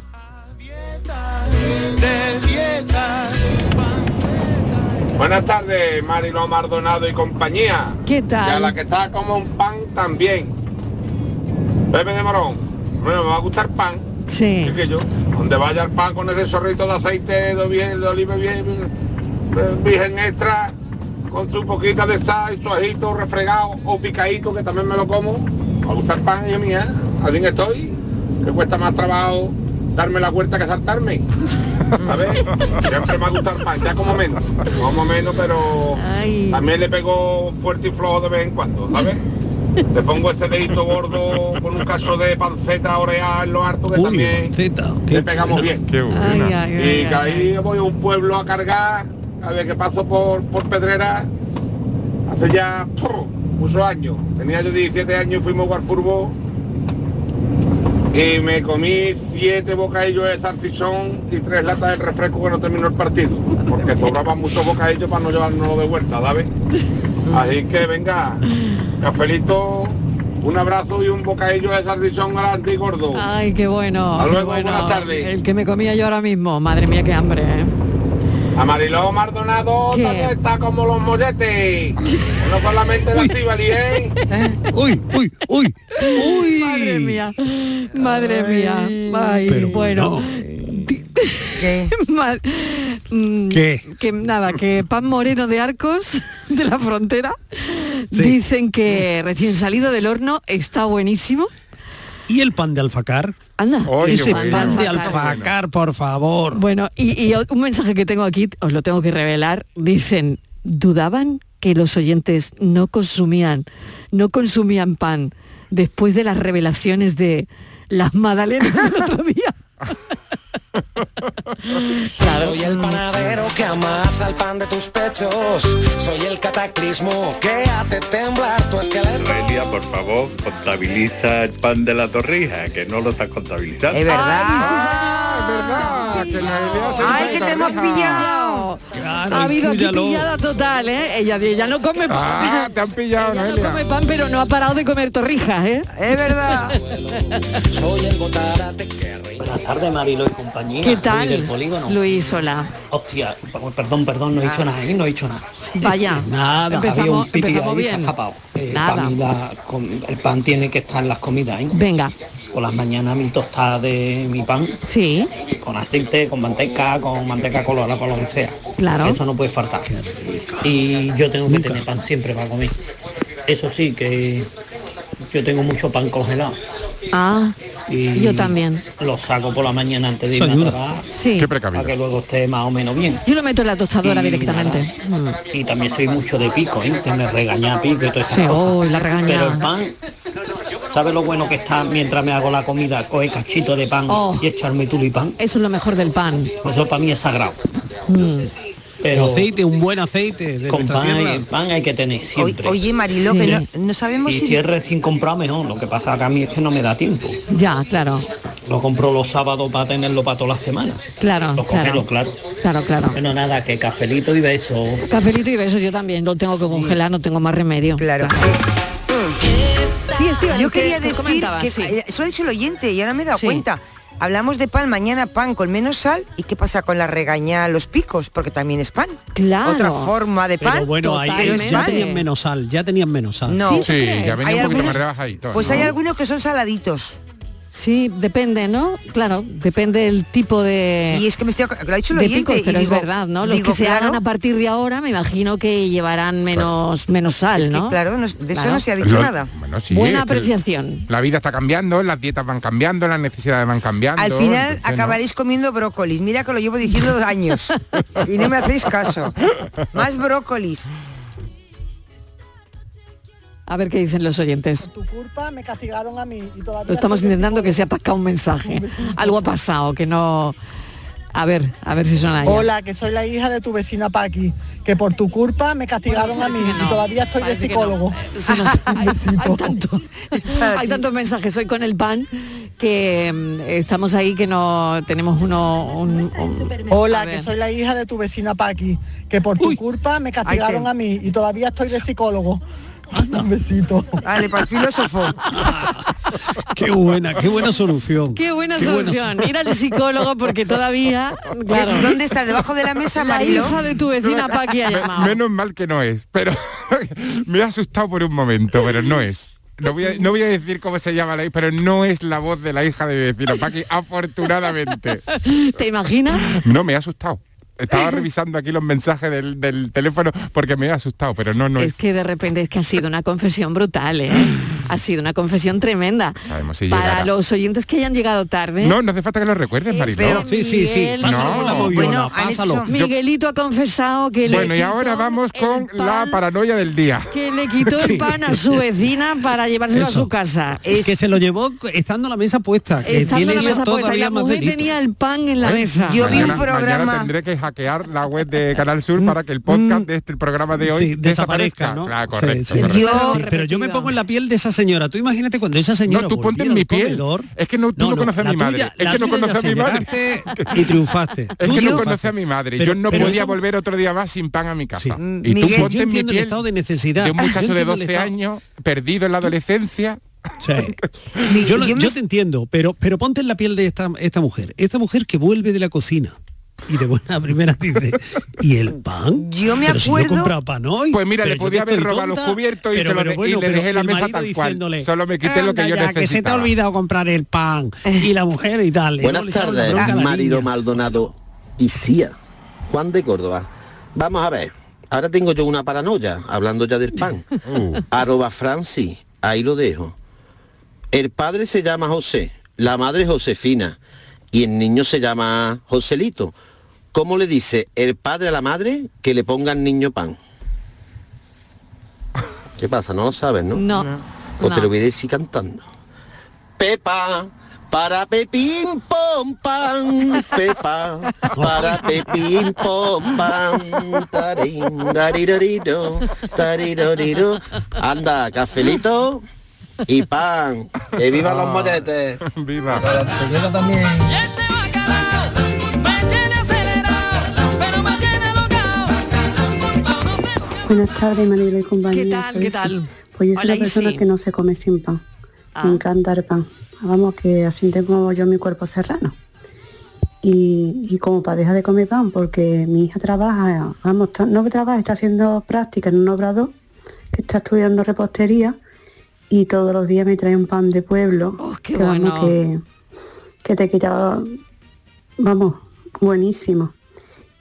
Speaker 37: Buenas tardes, Marilo Mardonado y compañía.
Speaker 17: ¿Qué
Speaker 37: Y a la
Speaker 17: tal?
Speaker 37: que está como un pan también. Pepe de Morón. Bueno, me va a gustar pan.
Speaker 17: Sí.
Speaker 37: Es que yo, donde vaya el pan con ese zorrito de aceite de, bien, de oliva bien, bien, eh, virgen extra, con su poquita de sal y su ajito refregado o picadito, que también me lo como. Me va a gustar pan, hija mía. Así que estoy. Que cuesta más trabajo darme la vuelta que saltarme. A ver, siempre me ha gustado el pan, ya como menos, como menos, pero también le pego fuerte y flojo de vez en cuando, ¿sabes? Le pongo ese dedito gordo con un cacho de panceta oreal, lo harto que también le pegamos bien. y que ahí voy a un pueblo a cargar, a ver que paso por, por Pedrera, hace ya ¡puf! muchos años. Tenía yo 17 años y fuimos a jugar fútbol y me comí siete bocadillos de salchichón y tres latas de refresco cuando terminó el partido, porque sobraban muchos bocadillos para no llevárnoslo de vuelta, ¿sabes? Así que venga, cafelito Un abrazo y un bocadillo de sardizón al antigordo.
Speaker 17: Ay, qué bueno.
Speaker 37: Hasta
Speaker 17: qué
Speaker 37: luego,
Speaker 17: bueno.
Speaker 37: buenas tardes.
Speaker 17: El que me comía yo ahora mismo. Madre mía, qué hambre. ¿eh?
Speaker 37: A Mariló Mardonado
Speaker 17: ¿Qué?
Speaker 37: también está como los molletes. no solamente la Estivali, ¿eh?
Speaker 14: Uy, uy, uy. Uy.
Speaker 17: Madre mía. Madre mía. Ay, bueno. Ma- mm,
Speaker 14: ¿Qué?
Speaker 17: Que nada, que Pan Moreno de Arcos, de la frontera, dicen que recién salido del horno está buenísimo.
Speaker 14: ¿Y el pan de alfacar?
Speaker 17: Anda, Oye,
Speaker 14: ese
Speaker 17: bueno.
Speaker 14: pan de
Speaker 17: alfacar.
Speaker 14: alfacar, por favor.
Speaker 17: Bueno, y, y un mensaje que tengo aquí, os lo tengo que revelar, dicen, dudaban que los oyentes no consumían, no consumían pan después de las revelaciones de las magdalenas del otro día.
Speaker 3: Soy el panadero que amasa el pan de tus pechos. Soy el cataclismo que hace temblar tu esqueleto.
Speaker 1: Noelia, por favor, contabiliza el pan de la torrija, que no lo estás contabilizando.
Speaker 22: Es verdad.
Speaker 18: Ah, es verdad, que Noelia se
Speaker 17: ¡Ay,
Speaker 18: hizo
Speaker 17: que te
Speaker 18: esa
Speaker 17: hemos
Speaker 18: oreja.
Speaker 17: pillado! ha habido aquí
Speaker 18: inclúyalo.
Speaker 17: pillada total, ¿eh? Ella, ella no come pan.
Speaker 18: Ah, te han pillado,
Speaker 17: Ella no
Speaker 18: Noelia.
Speaker 17: come pan, pero no ha parado de comer torrijas, ¿eh? Es verdad.
Speaker 38: Soy el botarate que Buenas tardes, Marilo y compañía.
Speaker 17: ¿Qué
Speaker 38: Luis del
Speaker 17: tal,
Speaker 38: polígono.
Speaker 17: Luis? Hola.
Speaker 38: Hostia, perdón, perdón, no he dicho nada, ahí no he dicho nada.
Speaker 17: Vaya.
Speaker 38: Nada. Había
Speaker 17: Empezamos,
Speaker 38: un piti
Speaker 17: empezamos
Speaker 38: ahí, se ha
Speaker 17: bien.
Speaker 38: escapado. Eh,
Speaker 17: Nada.
Speaker 38: comida, com- el pan tiene que estar en las comidas, ¿eh?
Speaker 17: Venga.
Speaker 38: Por las mañanas mi tostada de mi pan.
Speaker 17: Sí.
Speaker 38: Con aceite, con manteca, con manteca colorada, con lo que sea.
Speaker 17: Claro.
Speaker 38: Eso no puede faltar. Y yo tengo que tener pan siempre para comer. Eso sí, que yo tengo mucho pan congelado.
Speaker 17: Ah,
Speaker 38: Y
Speaker 17: yo también.
Speaker 38: Lo saco por la mañana antes de Eso irme a ayuda. trabajar.
Speaker 17: Sí. Qué precavido.
Speaker 38: Para que luego esté más o menos bien.
Speaker 17: Yo lo meto en la tostadora
Speaker 38: Y
Speaker 17: directamente. Mm.
Speaker 38: Y también soy mucho de pico, ¿eh? Que me regaña pico y todo eso.
Speaker 17: Sí, oh, la regaña.
Speaker 38: Pero el pan, ¿sabes lo bueno que está mientras me hago la comida? Coge cachito de pan
Speaker 17: Oh.
Speaker 38: y echarme tulipán. Pues
Speaker 17: Eso es lo mejor del pan.
Speaker 38: Eso para mí es sagrado.
Speaker 17: Mm.
Speaker 38: Pero
Speaker 14: aceite, un buen aceite de
Speaker 38: con
Speaker 14: nuestra
Speaker 38: pan,
Speaker 14: tierra.
Speaker 38: hay- pan hay que tener siempre.
Speaker 22: Oye, Marilo, que no, no sabemos
Speaker 38: y
Speaker 22: si...
Speaker 38: si es recién comprado, mejor. Lo que pasa que a mí es que no me da tiempo.
Speaker 17: Ya, claro,
Speaker 38: Lo compro los sábados para tenerlo para toda la semana.
Speaker 17: claro, claro.
Speaker 38: Los congelo, claro.
Speaker 17: Claro, claro.
Speaker 38: Bueno, nada, que cafelito y beso.
Speaker 17: Cafelito y besos yo también, lo tengo que congelar, no tengo más remedio. Claro. Sí, Estíbaliz,
Speaker 22: Ah. Yo
Speaker 17: que
Speaker 22: quería
Speaker 17: tú
Speaker 22: decir
Speaker 17: comentabas,
Speaker 22: que
Speaker 17: sí.
Speaker 22: eh, eso lo ha dicho el oyente y ahora me he dado
Speaker 17: Sí.
Speaker 22: cuenta. Hablamos de pan, mañana pan con menos sal y qué pasa con la regaña a los picos, porque también es pan.
Speaker 17: Claro.
Speaker 22: Otra forma de pan.
Speaker 14: Pero bueno, ahí
Speaker 22: pero es
Speaker 14: ya
Speaker 22: pan.
Speaker 14: tenían menos sal, ya tenían menos sal.
Speaker 22: No. Hay algunos-
Speaker 14: todo,
Speaker 22: Pues
Speaker 14: ¿no?
Speaker 22: hay algunos que son saladitos.
Speaker 17: Sí, depende, ¿no? Claro, depende del tipo de...
Speaker 22: Y es que me estoy... ac- Lo ha dicho el
Speaker 17: de
Speaker 22: oyente
Speaker 17: picos, pero
Speaker 22: y digo,
Speaker 17: es verdad, ¿no? Los
Speaker 22: digo,
Speaker 17: que se
Speaker 22: claro,
Speaker 17: hagan a partir de ahora, me imagino que llevarán menos menos sal,
Speaker 22: Es que,
Speaker 17: ¿no?
Speaker 22: claro, no- de eso no se ha
Speaker 18: Lo- bueno, sí,
Speaker 17: Buena
Speaker 18: es que
Speaker 17: apreciación.
Speaker 18: La vida está cambiando, las dietas van cambiando, las necesidades van cambiando.
Speaker 22: Al
Speaker 17: pues,
Speaker 22: final
Speaker 18: entonces, ¿no?
Speaker 22: acabaréis comiendo brócolis. Mira que lo llevo diciendo años y no me hacéis caso. Más brócolis.
Speaker 17: A ver qué dicen los oyentes.
Speaker 23: culpa me castigaron a mí y
Speaker 17: Lo
Speaker 23: todavía
Speaker 17: estamos intentando que se atasca un mensaje. Algo ha pasado, que no... A ver, a ver si suena ahí.
Speaker 23: Hola, que soy la hija de tu vecina Paqui, que por tu culpa me castigaron a mí y todavía estoy de
Speaker 17: parece que
Speaker 23: psicólogo.
Speaker 17: hay, tanto, hay tantos mensajes hoy con el pan que mm, estamos ahí que no tenemos uno... un- un- a
Speaker 23: Hola,
Speaker 17: ver.
Speaker 23: que soy la hija de tu vecina Paqui, que por tu culpa me castigaron a mí y todavía estoy de psicólogo.
Speaker 17: Ah,
Speaker 23: Un besito.
Speaker 22: Vale,
Speaker 17: pues
Speaker 22: para el filósofo.
Speaker 14: Qué buena, qué buena solución.
Speaker 17: Qué buena solución. Ir al psicólogo porque todavía... Claro.
Speaker 22: Eh, ¿Dónde está? ¿Debajo de la mesa,
Speaker 17: La
Speaker 22: Mariló?
Speaker 17: hija de tu vecina Paqui ha
Speaker 18: Me-
Speaker 17: llamado.
Speaker 18: menos mal que no es, pero me he asustado por un momento, pero no es. No voy, a, no voy a decir cómo se llama la hija, pero no es la voz de la hija de mi vecino Paqui, afortunadamente.
Speaker 17: ¿Te imaginas?
Speaker 18: No, me he asustado. Estaba revisando aquí los mensajes del, del teléfono porque me he asustado, pero no, no
Speaker 17: es
Speaker 18: es.
Speaker 17: que de repente es que ha sido una confesión brutal, ¿eh? Ha sido una confesión tremenda.
Speaker 18: Sabemos si
Speaker 17: Para
Speaker 18: llegará.
Speaker 17: los oyentes que hayan llegado tarde.
Speaker 18: No, no hace falta que lo recuerdes, Mariló.
Speaker 17: Pero Sí, sí, sí, Miguel, pásalo
Speaker 18: No.
Speaker 17: con la moviona, Bueno, han
Speaker 18: pásalo.
Speaker 17: hecho- Miguelito ha confesado que le
Speaker 18: Bueno, y
Speaker 17: quitó
Speaker 18: ahora vamos con la paranoia del día.
Speaker 17: que le quitó el pan a su vecina para llevárselo
Speaker 18: Eso.
Speaker 17: a su casa.
Speaker 14: Es, que se lo llevó estando la mesa puesta. Que
Speaker 17: Estando
Speaker 14: Eh, tiene
Speaker 17: en la
Speaker 14: eso
Speaker 17: mesa puesta y
Speaker 14: todavía
Speaker 17: la
Speaker 14: más
Speaker 17: mujer
Speaker 14: delito.
Speaker 17: tenía el pan en la
Speaker 18: ¿Eh?
Speaker 17: mesa.
Speaker 18: Mañana- Mañana tendré que hackear la web de Canal Sur para que el podcast de este el programa de hoy
Speaker 14: Sí,
Speaker 18: desaparezca.
Speaker 14: desaparezca, ¿no?
Speaker 18: Claro, correcto.
Speaker 14: Sí,
Speaker 18: correcto.
Speaker 14: sí, pero yo me pongo en la piel de esa señora. Tú imagínate cuando esa señora.
Speaker 18: No, tú ponte
Speaker 14: volviera
Speaker 18: en mi
Speaker 14: al
Speaker 18: piel.
Speaker 14: comedor.
Speaker 18: Es que no, tú no, conoces a
Speaker 14: la
Speaker 18: mi madre.
Speaker 14: tuya-
Speaker 18: es
Speaker 14: la
Speaker 18: que no
Speaker 14: tuya ya
Speaker 18: conoces a mi madre.
Speaker 14: señalaste Y triunfaste.
Speaker 18: Es
Speaker 14: Tú
Speaker 18: que no
Speaker 14: triunfaste.
Speaker 18: conoces a mi madre.
Speaker 14: Pero-
Speaker 18: yo no
Speaker 14: pero
Speaker 18: podía
Speaker 14: eso-
Speaker 18: volver otro día más sin pan a mi casa.
Speaker 14: Sí.
Speaker 18: Y tú
Speaker 14: Miguel,
Speaker 18: ponte
Speaker 14: yo
Speaker 18: en mi
Speaker 14: entiendo el
Speaker 18: piel
Speaker 14: estado de necesidad.
Speaker 18: de un
Speaker 14: Yo
Speaker 18: muchacho de
Speaker 14: entiendo el
Speaker 18: 12
Speaker 14: estado.
Speaker 18: años, perdido en la adolescencia,
Speaker 14: Sí. yo, no- yo te entiendo, pero, pero ponte en la piel de esta, esta mujer. Esta mujer que vuelve de la cocina y de buena primera dice, ¿y el pan?
Speaker 22: Yo me
Speaker 14: Pero si
Speaker 22: acuerdo-
Speaker 14: yo he comprado pan hoy.
Speaker 18: Pues mira,
Speaker 14: Pero
Speaker 18: le
Speaker 14: yo
Speaker 18: podía
Speaker 14: que
Speaker 18: haber
Speaker 14: estoy
Speaker 18: robado los
Speaker 14: tonta.
Speaker 18: cubiertos y,
Speaker 14: Pero-
Speaker 18: se lo
Speaker 14: pero
Speaker 18: de- y
Speaker 14: bueno,
Speaker 18: le
Speaker 14: pero
Speaker 18: dejé la
Speaker 14: el
Speaker 18: mesa
Speaker 14: marido
Speaker 18: tal cual.
Speaker 14: diciéndole,
Speaker 18: Solo me quité lo que yo
Speaker 14: "Anda ya,
Speaker 18: necesitaba.
Speaker 14: que se te ha olvidado comprar el pan. Y la mujer y tal. Y luego
Speaker 39: Buenas
Speaker 14: le echaron la
Speaker 39: tardes,
Speaker 14: bronca a la
Speaker 39: Marido Maldonado y Cía, Juan de Córdoba. Vamos a ver, ahora tengo yo una paranoia, hablando ya del pan.
Speaker 14: Uh.
Speaker 39: Arroba Francis, ahí lo dejo. El padre se llama José, la madre Josefina y el niño se llama Joselito. ¿Cómo le dice el padre a la madre que le ponga al niño pan? ¿Qué pasa? No lo sabes, ¿no?
Speaker 17: No.
Speaker 39: O te
Speaker 17: No.
Speaker 39: lo voy a decir cantando. Pepa, para Pepín, pom, pan. Pepa, para Pepín, pom, pan. Tarín, dariroriro, tariroriro. Anda, cafelito y pan. ¡Que viva los molletes!
Speaker 18: ¡Viva!
Speaker 39: también.
Speaker 40: Buenas tardes, Maribel y compañía.
Speaker 17: ¿Qué tal,
Speaker 40: Soy
Speaker 17: qué
Speaker 40: Isi.
Speaker 17: tal?
Speaker 40: Pues yo soy
Speaker 17: Hola,
Speaker 40: una persona
Speaker 17: Isi.
Speaker 40: que no se come sin pan.
Speaker 17: Ah.
Speaker 40: Me encanta el pan. Vamos, que así tengo yo mi cuerpo serrano. Y, y como para dejar de comer pan, porque mi hija trabaja, vamos, tra- no que trabaja, está haciendo práctica en un obrador, que está estudiando repostería, y todos los días me trae un pan de pueblo.
Speaker 17: Oh, qué
Speaker 40: que, vamos,
Speaker 17: bueno.
Speaker 40: que, que te quitaba, vamos, buenísimo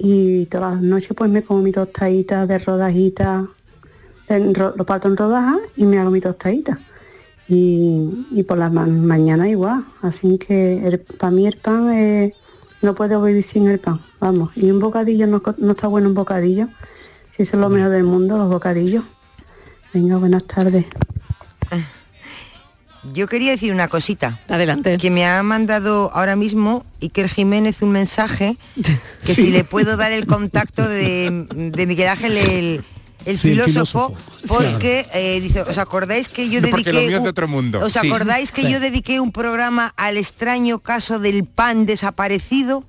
Speaker 40: y todas las noches pues me como mi tostadita de rodajita, en ro- lo parto en rodajas y me hago mi tostadita. Y, y por las ma- mañanas igual, así que el- para mí el pan eh, no puedo vivir sin el pan, vamos. Y un bocadillo no, co- no está bueno un bocadillo, si eso es lo
Speaker 17: Mm.
Speaker 40: mejor del mundo, los bocadillos. Venga, buenas tardes.
Speaker 22: Yo quería decir una cosita.
Speaker 17: Adelante.
Speaker 22: Que me ha mandado ahora mismo Iker Jiménez un mensaje que si le puedo dar el contacto de, de Miguel Ángel, el, el
Speaker 18: Sí, el
Speaker 22: filósofo,
Speaker 18: filósofo,
Speaker 22: porque eh, dice, ¿os acordáis que yo
Speaker 18: No, porque
Speaker 22: dediqué...
Speaker 18: lo mío es
Speaker 22: un-
Speaker 18: de otro mundo,
Speaker 22: ¿Os
Speaker 18: sí.
Speaker 22: acordáis que
Speaker 18: Sí.
Speaker 22: yo dediqué un programa al extraño caso del pan desaparecido?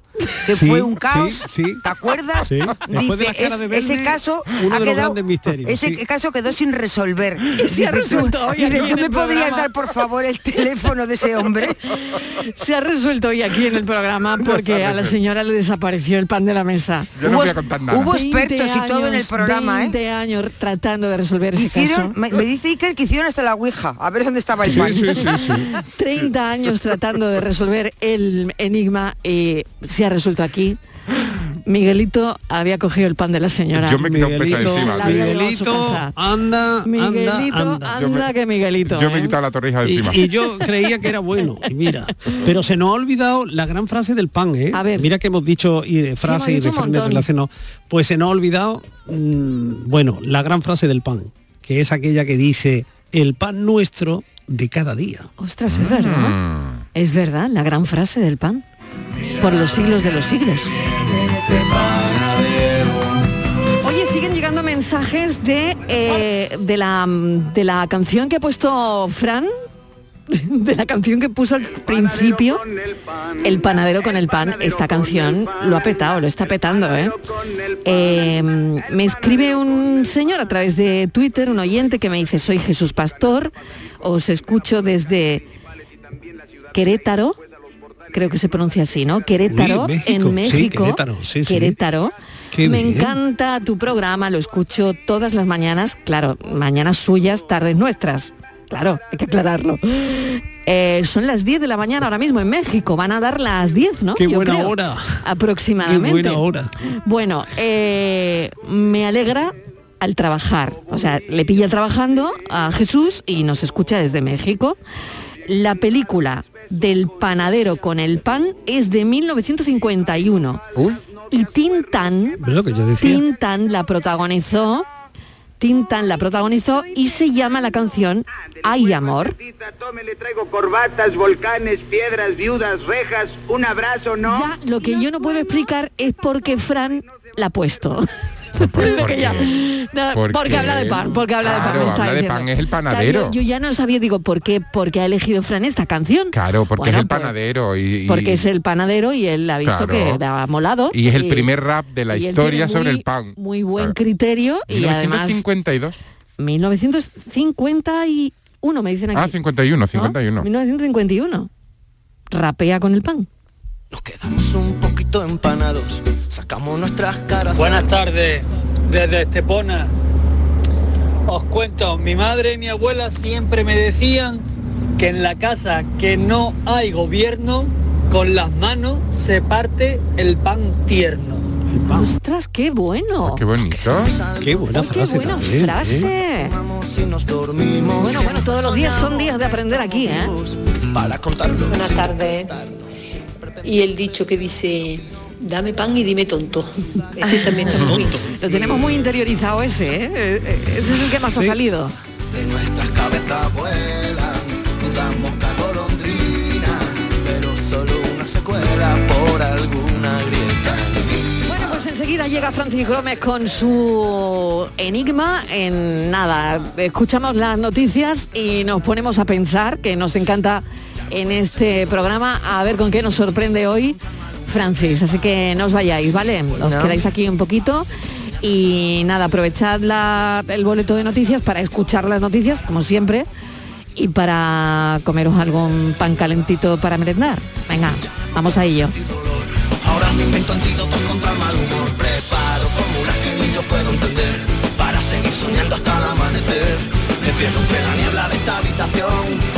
Speaker 22: Que
Speaker 14: Sí,
Speaker 22: fue un caos.
Speaker 14: sí, sí.
Speaker 22: ¿Te acuerdas?
Speaker 14: Sí. Después
Speaker 22: Dice,
Speaker 14: de la cara
Speaker 22: "Es-
Speaker 14: de Verde,
Speaker 22: ese caso
Speaker 14: uno de
Speaker 22: ha
Speaker 14: los
Speaker 22: quedado,
Speaker 14: grandes misterios,
Speaker 22: ese
Speaker 14: sí.
Speaker 22: caso quedó sin resolver.
Speaker 17: Y se
Speaker 22: Dice,
Speaker 17: ha
Speaker 22: tú-
Speaker 17: resuelto hoy
Speaker 22: dice,
Speaker 17: aquí
Speaker 22: ¿tú
Speaker 17: en
Speaker 22: me
Speaker 17: el
Speaker 22: podrías
Speaker 17: programa".
Speaker 22: dar por favor el teléfono de ese hombre?
Speaker 17: Se ha resuelto hoy aquí en el programa porque a la señora le desapareció el pan de la mesa.
Speaker 22: Yo no voy a contar nada. hubo
Speaker 17: 20
Speaker 22: expertos y todo en el
Speaker 17: años,
Speaker 22: programa, ¿eh?
Speaker 17: 20 años tratando de resolver ese
Speaker 22: Hicieron-
Speaker 17: caso.
Speaker 22: me, me dice Iker que hicieron hasta la Ouija, a ver dónde estaba el pan.
Speaker 17: 30 Pues años tratando de resolver el enigma y se ha resuelto aquí. Miguelito había cogido el pan de la señora.
Speaker 18: Yo me quito un peso encima.
Speaker 17: la había llevado a su casa.
Speaker 14: anda,
Speaker 17: Miguelito,
Speaker 14: anda. Yo me-
Speaker 17: anda que Miguelito.
Speaker 18: Yo me he
Speaker 17: ¿eh?
Speaker 18: quitado la torrija de
Speaker 14: Y,
Speaker 18: encima.
Speaker 14: y yo creía que era bueno, y mira. Pero se nos ha olvidado la gran frase del pan, ¿eh? Mira que hemos dicho y de frases
Speaker 17: dicho
Speaker 14: y
Speaker 17: un
Speaker 14: refranes
Speaker 17: montón.
Speaker 14: relacionados. Pues se nos ha olvidado, mm, bueno, la gran frase del pan, que es aquella que dice, el pan nuestro de cada día.
Speaker 17: Ostras, es verdad.
Speaker 18: Mm.
Speaker 17: Es verdad, la gran frase del pan. Por los siglos de los siglos. Oye, siguen llegando mensajes de, eh, de, la, mm, de la canción que ha puesto Fran, de la canción que puso al principio, El panadero con el pan. Esta canción lo ha petado, lo está petando. ¿eh? Eh, mm, me escribe un señor a través de Twitter, un oyente que me dice, soy Jesús Pastor, os escucho desde Querétaro, creo que se pronuncia así, ¿no? Querétaro,
Speaker 14: México.
Speaker 17: en
Speaker 14: Sí,
Speaker 17: México.
Speaker 14: Querétaro, sí, sí.
Speaker 17: Querétaro.
Speaker 14: Qué
Speaker 17: Me
Speaker 14: bien.
Speaker 17: encanta tu programa, lo escucho todas las mañanas, claro, mañanas suyas, tardes nuestras. Claro, hay que aclararlo. Eh, son las 10 de la mañana ahora mismo en México, van a dar las 10, ¿no?
Speaker 14: Qué
Speaker 17: Yo
Speaker 14: buena
Speaker 17: creo,
Speaker 14: hora.
Speaker 17: Aproximadamente.
Speaker 14: Qué buena hora.
Speaker 17: Bueno, eh, me alegra al trabajar. O sea, le pilla trabajando a Jesús y nos escucha desde México. La película del panadero con el pan es de 1951. Y Tintán,
Speaker 14: ¿Ves lo que yo decía?
Speaker 17: Tintán la protagonizó. Tintán la protagonizó y se llama la canción Hay amor.
Speaker 20: Traigo corbatas, volcanes, piedras, viudas, rejas, un abrazo, ¿no?
Speaker 17: Ya lo que yo no puedo explicar es por qué Fran la ha puesto. Lo que ya- no,
Speaker 18: ¿Por
Speaker 17: porque
Speaker 18: qué?
Speaker 17: habla de pan, porque habla de pan.
Speaker 18: Claro,
Speaker 17: me estaba
Speaker 18: habla de
Speaker 17: diciendo.
Speaker 18: pan, es el
Speaker 17: Claro,
Speaker 18: panadero.
Speaker 17: Yo, yo ya no sabía, digo, ¿por qué, por qué ha elegido Fran esta canción?
Speaker 18: Claro, porque
Speaker 17: Bueno,
Speaker 18: es el
Speaker 17: pues,
Speaker 18: panadero y, y-
Speaker 17: porque es el panadero y él ha visto
Speaker 18: Claro.
Speaker 17: que le ha molado.
Speaker 18: y es el primer rap de la
Speaker 17: y él
Speaker 18: historia
Speaker 17: tiene
Speaker 18: sobre
Speaker 17: muy-
Speaker 18: el pan.
Speaker 17: Muy buen criterio y además
Speaker 18: 1952.
Speaker 17: 1950 y 51, me dicen aquí.
Speaker 18: Ah, 51, 51.
Speaker 17: 1951. Rapea con el pan.
Speaker 3: un poquito empanados, sacamos nuestras caras.
Speaker 14: Buenas tardes, desde Estepona. Os cuento, mi madre y mi abuela siempre me decían que en la casa que no hay gobierno, con las manos se parte el pan tierno.
Speaker 17: Ostras, qué
Speaker 3: Ah,
Speaker 17: bueno.
Speaker 18: Qué bonito.
Speaker 22: Oh,
Speaker 41: Qué buena
Speaker 17: Qué
Speaker 41: frase.
Speaker 17: buena
Speaker 41: también, ¿eh?
Speaker 17: frase. Bueno, bueno, todos los días son días de aprender aquí, ¿eh?
Speaker 3: Para contarlo.
Speaker 42: Buenas tardes. ¿eh? Y el dicho que dice, dame pan y dime tonto. Ese también está muy bien.
Speaker 17: Lo tenemos muy interiorizado ese, ¿eh? Eh, eh, Ese es el que más ha
Speaker 3: Sí.
Speaker 17: salido.
Speaker 3: De nuestras cabezas vuelan, dudas moscas golondrinas, pero solo una secuela por alguna grieta.
Speaker 17: Bueno, pues enseguida llega Francis Gómez con su enigma en nada. Escuchamos las noticias y nos ponemos a pensar, que nos encanta en este programa, a ver con qué nos sorprende hoy Francis. Así que no os vayáis, ¿vale? Os
Speaker 2: No.
Speaker 17: quedáis aquí un poquito. Y nada, aprovechad la- el boleto de noticias para escuchar las noticias, como siempre, y para comeros algún pan calentito para merendar. Venga, vamos a ello.
Speaker 3: Ahora me invento antídotos contra el mal humor, preparo fórmulas que ni yo puedo entender, para seguir soñando hasta el amanecer. Me pierdo entre la niebla de esta habitación,